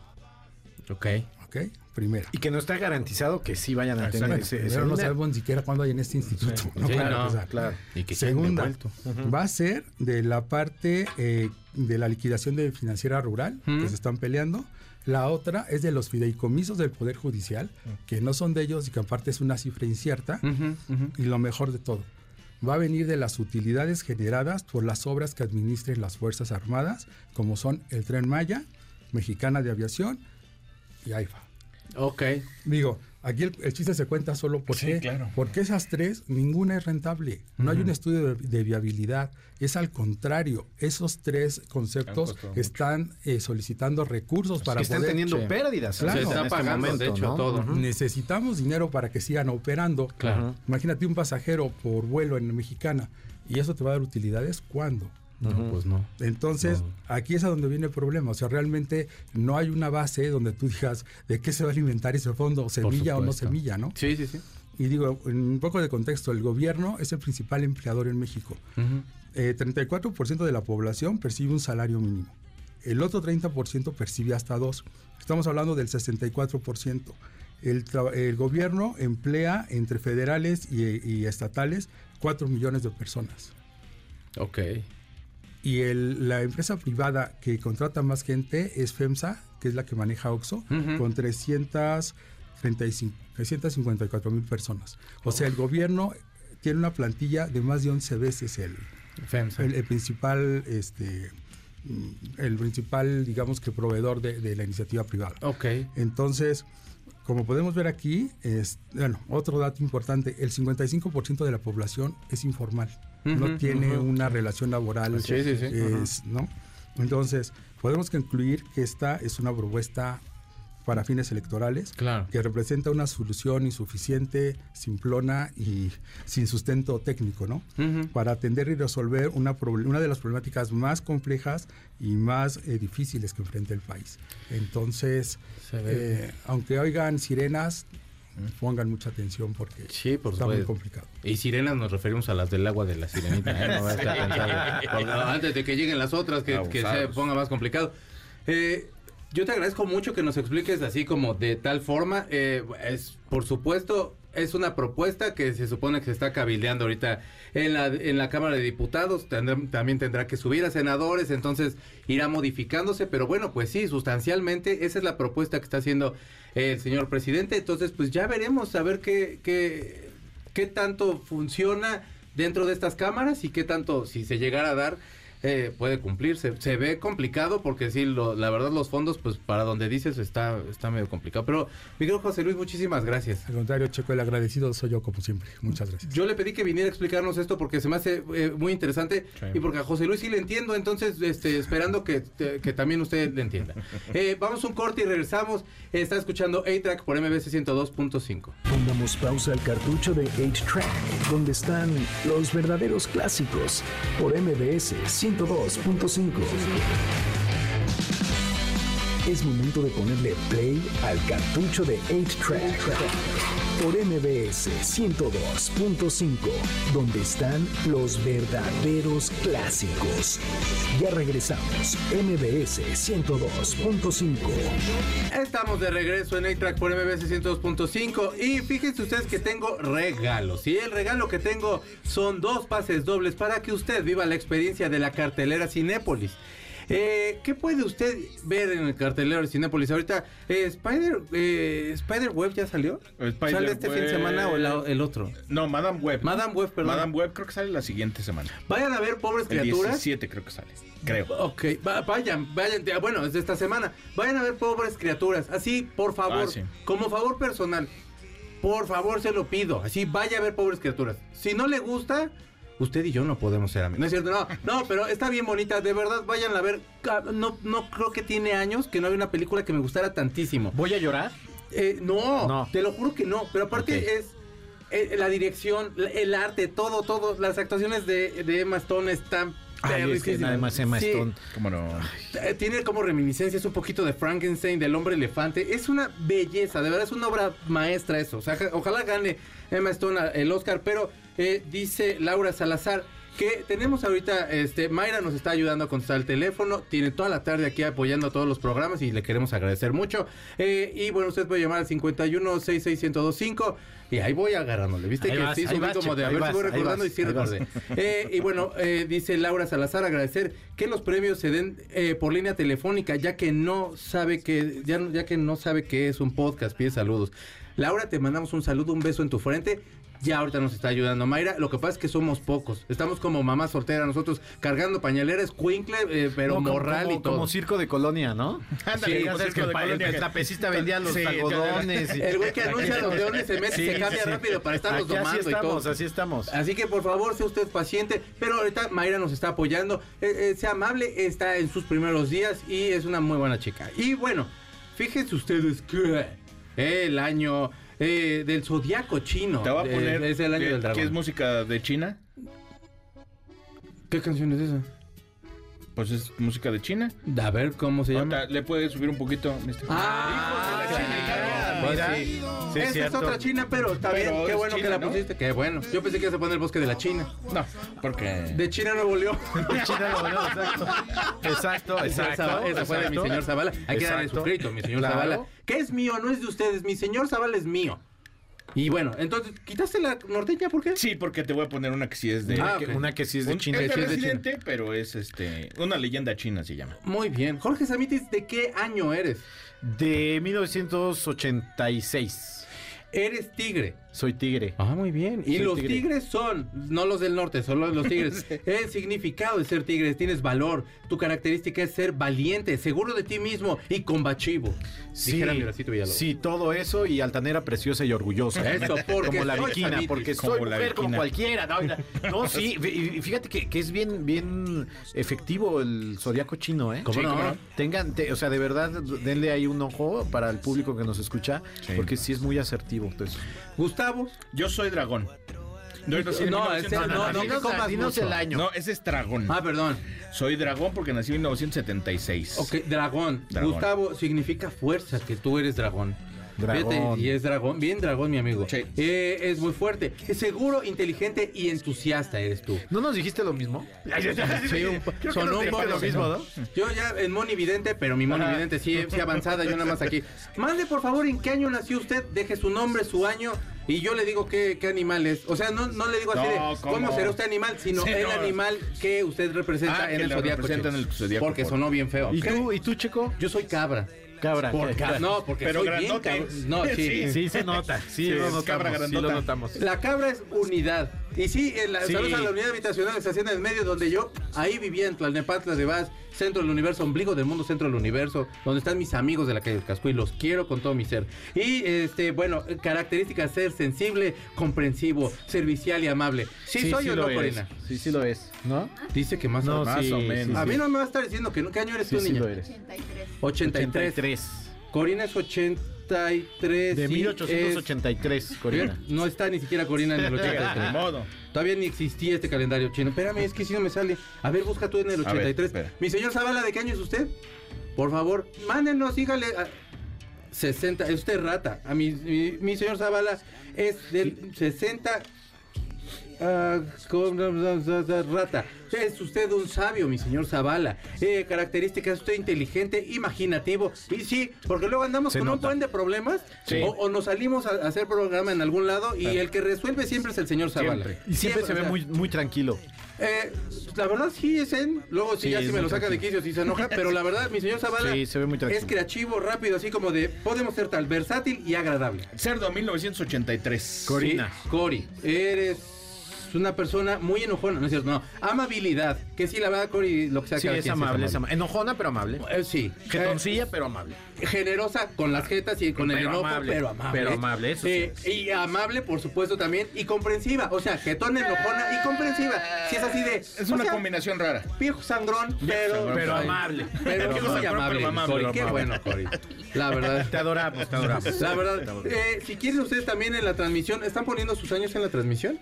Ok.
¿ok? primera.
Y que no está garantizado que sí vayan a tener ese, ese
Primero no
dinero.
sabemos ni siquiera cuándo hay en este instituto. ¿no?
Sí,
Para
no,
empezar.
claro.
Y que se han
Segunda,
devuelto.
va a ser de la parte eh, de la liquidación de financiera rural, que se están peleando. La otra es de los fideicomisos del Poder Judicial, que no son de ellos y que aparte es una cifra incierta.
Ujú, ujú.
Y lo mejor de todo, va a venir de las utilidades generadas por las obras que administren las Fuerzas Armadas, como son el Tren Maya, Mexicana de Aviación y AIFA.
Ok.
Digo, aquí el, el chiste se cuenta solo porque, porque esas tres, ninguna es rentable. No hay un estudio de, de viabilidad. Es al contrario, esos tres conceptos
costado mucho.
están eh, solicitando recursos para
que están
poder...
teniendo Sí. pérdidas.
pérdidas,
este
Claro.
Se está
en
pagando, de hecho, todo.
Necesitamos dinero para que sigan operando.
Claro.
Imagínate un pasajero por vuelo en Mexicana y eso te va a dar utilidades cuando.
No, pues no.
Entonces, aquí es a donde viene el problema. O sea, realmente no hay una base donde tú digas de qué se va a alimentar ese fondo, semilla o no
supuesto.
semilla, ¿no?
Sí, sí, sí.
Y digo, en un poco de contexto, el gobierno es el principal empleador en México. Eh, 34% de la población percibe un salario mínimo. El otro 30% percibe hasta dos. Estamos hablando del 64%. El, tra- el gobierno emplea entre federales y, y estatales 4 millones de personas.
Ok.
Y el- la empresa privada que contrata más gente es FEMSA, que es la que maneja OXO,
Ujú.
con 335, 354 mil personas. O sea, el gobierno tiene una plantilla de más de 11 veces el,
FEMSA.
el, el principal, este, mm, el principal, digamos que proveedor de, de la iniciativa privada.
Ok.
Entonces, como podemos ver aquí, es, bueno, otro dato importante, el 55% de la población es informal,
Ujú,
no tiene
ujú.
una relación laboral.
Sí, sí, sí,
es, ¿no? Entonces, podemos concluir que esta es una propuesta para fines electorales
Claro.
que representa una solución insuficiente, simplona y sin sustento técnico, ¿no?
Ujú.
para atender y resolver una, proble- una de las problemáticas más complejas y más eh, difíciles que enfrenta el país. Entonces,
Se ve.
eh, aunque oigan sirenas, pongan mucha atención porque
Sí, por
está muy
supuesto.
complicado.
Y sirenas nos referimos a las del agua de la sirenita. ¿eh? No vaya a estar pensando. Porque Antes de que lleguen las otras, que, que se
Abusados.
ponga más complicado. Eh, yo te agradezco mucho que nos expliques así como de tal forma. Eh, es, por supuesto, es una propuesta que se supone que se está cabildeando ahorita en la, en la Cámara de Diputados. Tendrá- también tendrá que subir a senadores, entonces irá modificándose. Pero bueno, pues sí, sustancialmente esa es la propuesta que está haciendo el señor presidente. Entonces, pues ya veremos a ver qué, qué, qué tanto funciona dentro de estas cámaras y qué tanto, si se llegara a dar, eh, puede cumplirse. Se ve complicado porque sí, lo- la verdad los fondos, pues para donde dices está, está medio complicado. Pero, mi querido José Luis, muchísimas gracias.
Al contrario, Checo, el agradecido soy yo como siempre. Muchas gracias.
Yo le pedí que viniera a explicarnos esto porque se me hace eh, muy interesante y porque a José Luis sí le entiendo, entonces este, esperando que, te- que también usted le entienda. Eh, vamos a un corte y regresamos. Está escuchando A-Track por MBC 102.5.
Pongamos pausa al cartucho de 8-Track, donde están los verdaderos clásicos por MBS 102.5. Es momento de ponerle play al cartucho de 8-Track por MBS 102.5, donde están los verdaderos clásicos. Ya regresamos, MBS 102.5.
Estamos de regreso en A-Track por MBS 102.5 y fíjense ustedes que tengo regalos. Y el regalo que tengo son dos pases dobles para que usted viva la experiencia de la cartelera Cinépolis. Eh, ¿Qué puede usted ver en el cartelero de Cinépolis? Ahorita, eh, Spider, eh, ¿Spider Web ya salió?
Spider
¿Sale este fin de
Web.
semana o la- el otro?
No, Madame Web. ¿no?
Madame Web, perdón.
Madame Web creo que sale la siguiente semana.
Vayan a ver, pobres
El
criaturas.
17 creo que sale. Creo.
Ok, va- vayan, vayan, de- bueno, es de esta semana. Vayan a ver pobres criaturas, así, por favor,
Ah, sí.
como favor personal. Por favor, se lo pido. Así, vaya a ver pobres criaturas. Si no le gusta, usted y yo no podemos ser amigos. No es cierto, no, no, pero está bien bonita, de verdad, vayan a ver. Ah, No, no creo que tiene años que no hay una película que me gustara tantísimo.
¿Voy a llorar?
Eh, no,
No.
te lo juro que no. Pero aparte
Ok.
es eh, la dirección, la- el arte, todo, todo. Las actuaciones de, de Emma Stone están.
Ay, es que
perrísimas.
nada más Emma
Sí.
Stone.
¿Cómo no?
Eh, Tiene como reminiscencias un poquito de Frankenstein, del hombre elefante. Es una belleza, de verdad es una obra maestra eso. O sea, ja- ojalá gane Emma Stone a- el Oscar, pero eh, dice Laura Salazar que tenemos ahorita, este, Mayra nos está ayudando a contestar el teléfono, tiene toda la tarde aquí apoyando a todos los programas y le queremos agradecer mucho. Eh, y bueno, usted puede llamar al 51 66125 y ahí voy agarrándole, viste
Ahí
que
vas,
sí
ahí
subí
vas,
como de a
Checo,
ver
ahí
si voy
vas, ahí
recordando
vas,
y sí
ahí vas.
recordé. Eh, y bueno, eh, dice Laura Salazar, agradecer que los premios se den eh, por línea telefónica, ya que no sabe que, ya, no- ya que no sabe que es un podcast, pide saludos. Laura, te mandamos un saludo, un beso en tu frente. Ya ahorita nos está ayudando Mayra. Lo que pasa es que somos pocos. Estamos como mamá soltera nosotros, cargando pañaleras, cuincle, eh, pero
No, como-
morral
como,
y todo.
como circo de colonia, ¿no?
Ándale,
sí,
como
ya sabes
circo
que el,
de
pa- el
colonia que-
trapecista vendía los
Sí,
algodones. y-
El güey que anuncia los leones se mete,
Sí,
se cambia
sí, sí.
rápido para estarlos
Aquí
domando
así
y todo.
estamos, así estamos.
Así que por favor, sea usted paciente, pero ahorita Mayra nos está apoyando, eh, eh, sea amable, está en sus primeros días y es una muy buena chica. Y bueno, fíjense ustedes que el año eh, del zodiaco chino
Te voy a
eh,
poner.
es el año
que-
del dragón.
que es música de China?
¿Qué canción es esa?
Pues es música de China.
A ver cómo se llama.
Ahorita, ¿Le puede subir un poquito, mister?
Ah,
Hijos de la chingada,
claro,
mira.
Pues sí.
pues Sí, es
Esa es
cierto.
otra china, pero está
Pero
bien. Qué
es
bueno que
china,
la
¿no?
pusiste. Qué bueno. Yo pensé que se pone el bosque de la China.
No, porque.
De China Nuevo León.
China lo voló, exacto. Exacto, exacto.
Esa, esa fue de mi
exacto.
señor Zavala. Hay que darle
Exacto.
su crédito, mi señor
Claro.
Zavala. Que es mío, no es de ustedes. Mi señor Zavala es mío. Y bueno, entonces, ¿quitaste la norteña por qué?
Sí, porque te voy a poner una que sí es de.
Ah,
Que-
ok.
Una que sí es de
un-
China.
es de
sí es de
residente, pero es este. Una leyenda china se llama.
Muy bien. Jorge Samitis, ¿de qué año eres?
De 1986.
Eres tigre.
Soy tigre.
Ah, muy bien. Y
Soy
los
tigre.
tigres son, no los del norte, solo los tigres. El significado de ser tigre es tienes valor. Tu característica es ser valiente, seguro de ti mismo y combativo. Dijera Miracito Villalobos.
sí, todo eso y altanera, preciosa y orgullosa.
Eso, porque
como la
soy
viquina,
Samitis.
porque
Como
soy
la
mujer como
viquina.
cualquiera. No, Mira, no, sí, y- y fíjate que, que es bien, bien efectivo el zodiaco chino, ¿eh?
¿Cómo
Sí,
no?
cómo no.
Tengan, te- o sea, de verdad, denle ahí un ojo para el público que nos escucha,
Sí.
porque sí es muy asertivo. Entonces,
Gustavo.
Yo soy dragón. No, no, sí,
No,
1900.
ese- no, no,
dinos-
que comas
dinos
mucho.
el año.
No, ese es dragón.
Ah, perdón.
Soy dragón porque nací en 1976.
Ok, dragón.
Dragón.
Gustavo significa fuerza, que tú eres dragón.
Dragón.
Fíjate, y es dragón, bien dragón, mi amigo.
Sí.
Eh, es muy fuerte. Es seguro, inteligente y entusiasta eres tú.
¿No nos dijiste lo mismo?
Sí, un-
Creo que
sonó
nos
un
dijiste
poco
lo mismo, ¿no?
Yo ya en Moni Vidente, pero mi Moni
Ajá.
Vidente sí, sí avanzada, yo nada más aquí. Mande por favor en qué año nació usted, deje su nombre, su año, y yo le digo qué, qué animal es. O sea, no, no le digo así de
No,
cómo
¿cómo?
será usted animal, sino
Sí,
el
no.
animal que usted representa
Ah,
en
que
el
lo
zodiaco.
representa en el zodiaco,
Porque
por-
sonó bien feo.
¿Y
Ok.
tú, ¿Y tú, Checo?
Yo soy cabra.
Cabra.
Por ca- No, porque
Pero
soy bien
grandote.
cabrón. No, sí.
Sí.
Sí, se nota. Sí,
Sí,
lo
es
notamos.
cabra
sí, lo
grandota.
notamos.
La cabra es unidad. Y sí, en la,
Sí.
saludos a la unidad habitacional de Hacienda del Medio, donde yo ahí vivía en Tlalnepantla de Vaz, centro del universo, ombligo del mundo, centro del universo, donde están mis amigos de la calle del Casco y los quiero con todo mi ser. Y este, bueno, características ser sensible, comprensivo, servicial y amable. Sí, soy o no,
es.
Corina.
Sí, sí lo es. ¿No?
Dice que más o
No,
menos.
más
sí,
o
sí,
menos.
sí.
A mí no me va a estar diciendo que no. ¿Qué año eres
Sí,
tú,
sí
niña?
lo eres.
83.
83.
83.
Corina es 83.
De
sí,
1883,
es-
Corina.
No está ni siquiera Corina en el
Llega, ni
83.
modo.
Todavía ni existía este calendario chino. Espérame, es que si no me sale. A ver, busca tú en el
A ver,
83.
espera.
Mi señor Zavala, ¿de qué año es usted? Por favor, mándenos, dígale. a- 60, es usted rata. A mi, mi, mi señor Zavala es del 60. ah, con- rata. Es usted un sabio, mi señor Zavala. Eh, características, usted inteligente, imaginativo. Y sí, porque luego andamos
Se
con un
nota.
buen de problemas.
Sí.
O, o nos salimos a, a hacer programa en algún lado. Y el que resuelve siempre es el señor Zavala.
Siempre.
Y siempre se
o
ve
sea,
muy, muy tranquilo.
eh, la verdad sí es en. Luego sí,
Sí,
ya
es
si me
muy
lo saca de
tranquilo.
quicio si se enoja. Pero la verdad, mi señor Zavala
Sí, se ve muy tranquilo.
es creativo, rápido, así como de podemos ser tal, versátil y agradable.
Cerdo
Cori-
1983.
Corina.
Sí, Cori, eres una persona muy enojona, ¿no es cierto? No. Amabilidad. Que sí, la verdad, Cori, lo que sea
Sí,
cada
es
quien,
amable, es amable. Enojona, pero amable.
Eh, sí.
Jetoncilla, pero amable.
Eh, generosa con las jetas y con el
Pero
enojo,
amable,
pero amable.
pero amable, eso sí.
Eh, Y amable, por supuesto, también. Y comprensiva. O sea, jetón, enojona y comprensiva. Si es así de.
Es
o
una
sea,
combinación rara.
Viejo sangrón, pero,
sangrón, pero
amable.
Pero
Viejo
muy
sangrón,
amable,
pero amable,
Cori.
pero
Qué
amable.
bueno, Cori. La verdad.
Te adoramos, te adoramos.
La verdad, eh, si quieren ustedes también en la transmisión, ¿están poniendo sus años en la transmisión?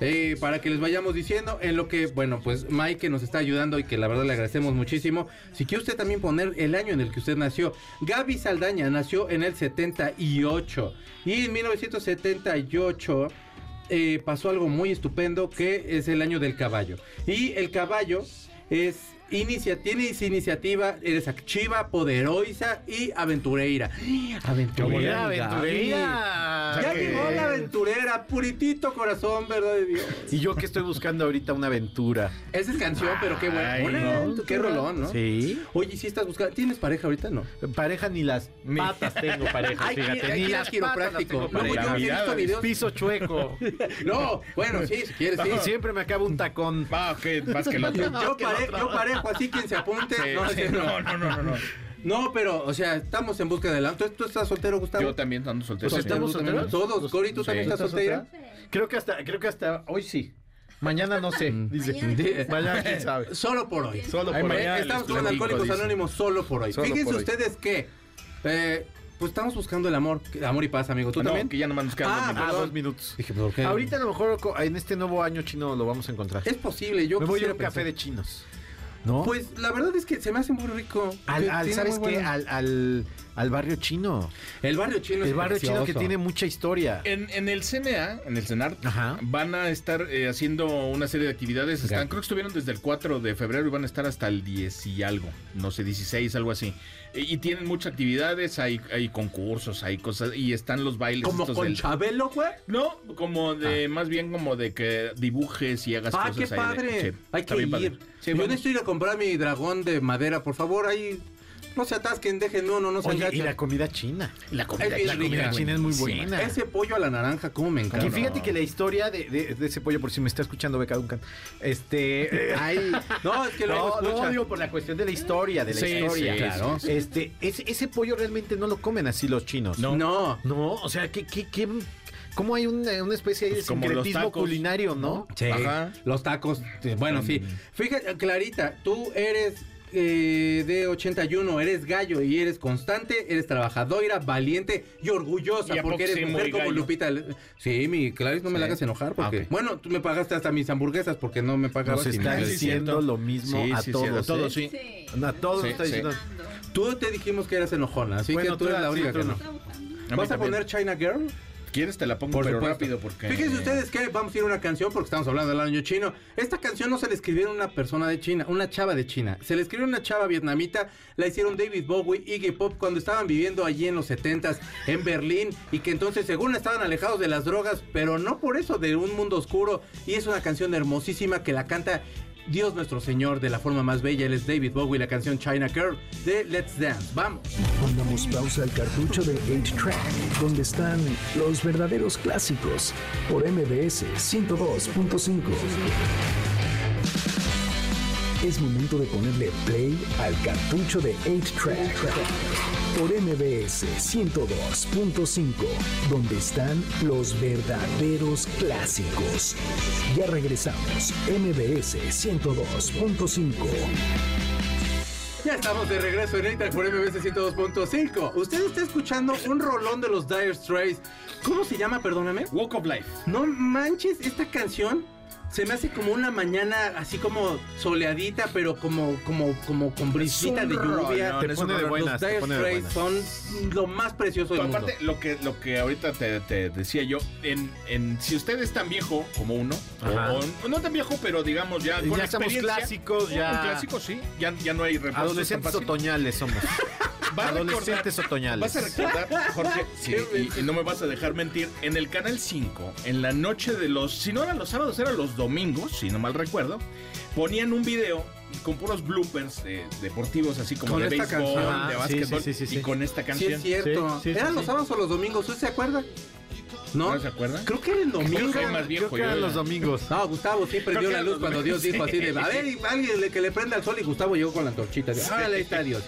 Eh, para que les vayamos diciendo en lo que, bueno, pues Mike que nos está ayudando y que la verdad le agradecemos muchísimo. Si quiere usted también poner el año en el que usted nació. Gaby Saldaña nació en el 78 y en 1978 eh, pasó algo muy estupendo que es el año del caballo. Y el caballo es inicia, tienes iniciativa, eres activa, poderosa y aventureira.
Aventurera,
Ya
aventurera.
llegó la aventurera, puritito corazón, verdad de Dios.
Y yo que estoy buscando ahorita una aventura.
Esa es canción, pero qué bueno.
Ay,
Bueno, Qué rolón, ¿no?
Sí.
Oye, si estás buscando. ¿Tienes pareja ahorita? No.
Pareja ni las patas tengo pareja,
Ay,
fíjate.
ay,
Ni
ay,
las
quiropráctico.
patas las tengo pareja.
No, yo sí he
La
visto
mirada,
videos.
Piso chueco.
No, bueno, sí, si quieres, sí.
Y siempre me acaba un tacón.
Ah, ok, más que el otro.
Yo, pare- yo parejo, así quien se apunte.
Sí,
no,
sí,
sí, no.
no, no, no, no, no.
No, pero, o sea, estamos en busca de la. ¿Tú, tú estás soltero, Gustavo?
Yo también ando soltero.
Pues estamos
Sí.
solteros.
Todos, Cori, ¿tú también
Sí.
estás soltera?
Creo que hasta, creo que hasta hoy sí. Mañana no sé.
Mm.
Dice.
Mañana quién sabe.
Mañana quién sabe.
Solo por hoy.
Solo
Eh,
por hoy.
Estamos
Les
con
platico,
Alcohólicos
dice.
Anónimos solo por hoy.
Solo
Fíjense
por hoy.
ustedes que. eh, pues estamos buscando el amor. que- Amor y paz, amigo. ¿Tú
No,
también?
que ya nomás nos quedan
Ah,
dos
A
minutos.
dos minutos.
Dije, ¿por qué?
Ahorita a lo mejor co- en este nuevo año chino lo vamos a encontrar.
Es posible, yo
me voy a ir a
quisiera
un café
pensar.
de chinos. ¿No?
Pues la verdad es que se me hace muy rico.
al,
Que
al-
tiene
¿Sabes
muy
qué?
buena-
Al, al, al barrio chino.
El barrio chino es
El barrio chino que
precioso.
tiene mucha historia.
En, en el CNA, en el CENAR,
Ajá.
van a estar eh, haciendo una serie de actividades. Están,
Ok.
Creo que estuvieron desde el 4 de febrero y van a estar hasta el 10 y algo, no sé, 16, algo así. E- Y, tienen muchas actividades, hay, hay concursos, hay cosas, y están los bailes.
Como
estos
con
del-
Chabelo, güey.
No, como de, más bien como de que dibujes y hagas
Ah,
cosas.
qué
ahí de-
padre.
sí,
Hay
está
que
bien padre.
ir.
Sí,
Yo
vamos.
necesito ir a comprar mi dragón de madera, por favor, ahí. No se atasquen, dejen uno, no se
Oye, y
enganchen.
la comida china.
La comida,
bien
la
rica.
comida china es muy buena.
Ese pollo a la naranja, cómo me encanta.
Que fíjate que la historia de, de- de ese pollo, por si me está escuchando Beca Duncan, este, eh, hay...
No, es que luego
No,
escucha.
no, digo por la cuestión de la historia, de la
Sí, sí,
historia.
claro.
Este, ese, ese pollo realmente no lo comen así los chinos.
No.
No, o sea, ¿qué, qué, qué, ¿cómo hay una, una especie ahí
Pues
de
como los
sincretismo
tacos,
culinario, no?
Sí,
Ajá.
Los tacos, eh, bueno, sí. Fíjate, Clarita, tú eres eh, de 81, eres gallo y eres constante, eres trabajadora, valiente y orgullosa
¿Y a
porque
poco sí,
eres mujer
muy
como
gallo?
Lupita. Sí, mi Clarice, no me la hagas enojar porque...
Ah, ok.
Bueno, tú me pagaste hasta mis hamburguesas porque no me pagabas.
Nos está
sin-
sí,
diciendo
cierto.
lo mismo
Sí,
a
sí,
todos.
cierto, todos,
¿eh?
sí.
Sí.
A todos
Sí,
nos está
sí.
diciendo.
Tú te dijimos que eras enojona, así
Bueno,
que tú
tú
eres la
la- sí,
única
tú
que
no.
no.
A mí
¿Vas a
también.
poner China Girl?
¿Quieres te la pongo
Por
pero
supuesto.
rápido? Porque... eh,
Fíjense ustedes que vamos a ir a una canción porque estamos hablando del año chino. Esta canción no se la escribieron una persona de China, una chava de China. Se la escribió una chava vietnamita, la hicieron David Bowie y Iggy Pop cuando estaban viviendo allí en los 70s en Berlín y que entonces según estaban alejados de las drogas, pero no por eso de un mundo oscuro. Y es una canción hermosísima que la canta Dios nuestro Señor de la forma más bella. Él es David Bowie, la canción China Girl de Let's Dance. Vamos.
Pongamos pausa al cartucho de 8-Track, donde están los verdaderos clásicos por MBS 102.5. Es momento de ponerle play al cartucho de 8-Track por MBS 102.5, donde están los verdaderos clásicos. Ya regresamos, MBS 102.5.
Ya estamos de regreso en Eintracht por MBS 102.5. Usted está escuchando un rolón de los Dire Straits. ¿Cómo se llama? Perdóname.
Walk of Life.
No manches, esta canción se me hace como una mañana así como soleadita, pero como como como con brisita
un
de lluvia.
rolón,
Te es un pone de rolón. buenas,
Los
te
Dire
pone de
Straits son lo más precioso del mundo.
aparte, lo que, lo que ahorita te, te decía yo, en, en- si usted es tan viejo como uno,
Ajá.
o, o no tan viejo, pero digamos ya con
Ya estamos
experiencia,
clásicos, ya.
Un clásico, sí. Ya, ya no hay reemplazos
Adolescentes
tan fácil.
otoñales somos.
Va a
Adolescentes
recordar-
otoñales.
Vas a recordar, Jorge, sí,
Qué
y, y no me vas a dejar mentir, en el Canal 5, en la noche de los, si no eran los sábados, eran los domingos, si no mal recuerdo, ponían un video con puros bloopers eh, deportivos, así como
Con
de
esta
béisbol,
canción.
Ajá,
de
sí,
básquetbol,
sí, sí, sí,
y
sí.
con esta
Sí
canción.
es cierto.
Sí, sí, sí,
¿Eran los
sí.
sábados o los domingos? ¿Usted se acuerda? ¿No?
¿No se acuerda?
Creo que era el domingo.
Yo soy más
Creo
viejo.
que
yo
eran
era-
los domingos.
No, Gustavo sí prendió
Creo que
la
era
luz
los
cuando Dios dijo así de, a ver, y alguien le- que le prenda el sol y Gustavo llegó con la antorchita. de, Órale, ahí está Dios.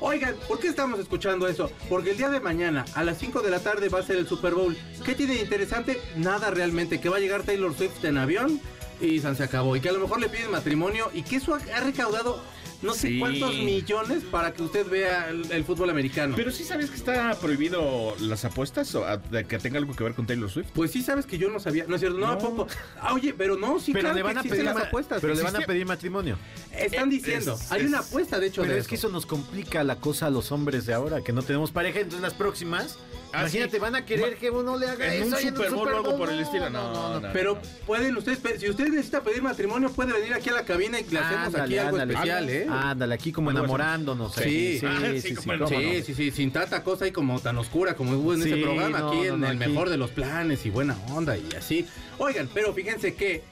Oigan, ¿por qué estamos escuchando eso? Porque el día de mañana, a las 5 de la tarde, va a ser el Super Bowl. ¿Qué tiene de interesante? Nada realmente, que va a llegar Taylor Swift en avión y san se acabó. Y que a lo mejor le piden matrimonio y que eso ha, ha recaudado no sé
Sí.
cuántos millones para que usted vea el, el fútbol americano.
Pero sí sabes que está prohibido las apuestas o a- de que tenga algo que ver con Taylor Swift.
pues sí sabes que yo no sabía, no es cierto, no, ¿a poco. Ah, oye, pero no, sí
pero
claro
le
que
van a
existen
pedir
las
ma-
apuestas.
pero le van a
Existe-
pedir matrimonio.
Están diciendo,
es-
hay
es-
una apuesta de hecho
Pero
de
es que
eso.
eso nos complica la cosa a los hombres de ahora, que no tenemos pareja. Entonces las próximas,
Ah,
imagínate,
sí.
van a querer que uno le haga
En un
eso y
Super Bowl o algo por el estilo. No, no, no.
Pero pueden ustedes, pe- si usted necesita pedir matrimonio, puede venir aquí a la cabina y le hacemos aquí algo especial, ¿eh?
Ándale, aquí como
Algo hacemos.
enamorándonos.
Sí.
aquí,
Ah,
sí,
sí,
sí,
como
sí,
en-
cómo no.
Sí, sí, sí, sin tanta cosa ahí como tan oscura como hubo en
Sí,
ese programa,
no,
aquí
no,
en
no,
el
aquí.
mejor de los planes y buena onda y así. Oigan, pero fíjense que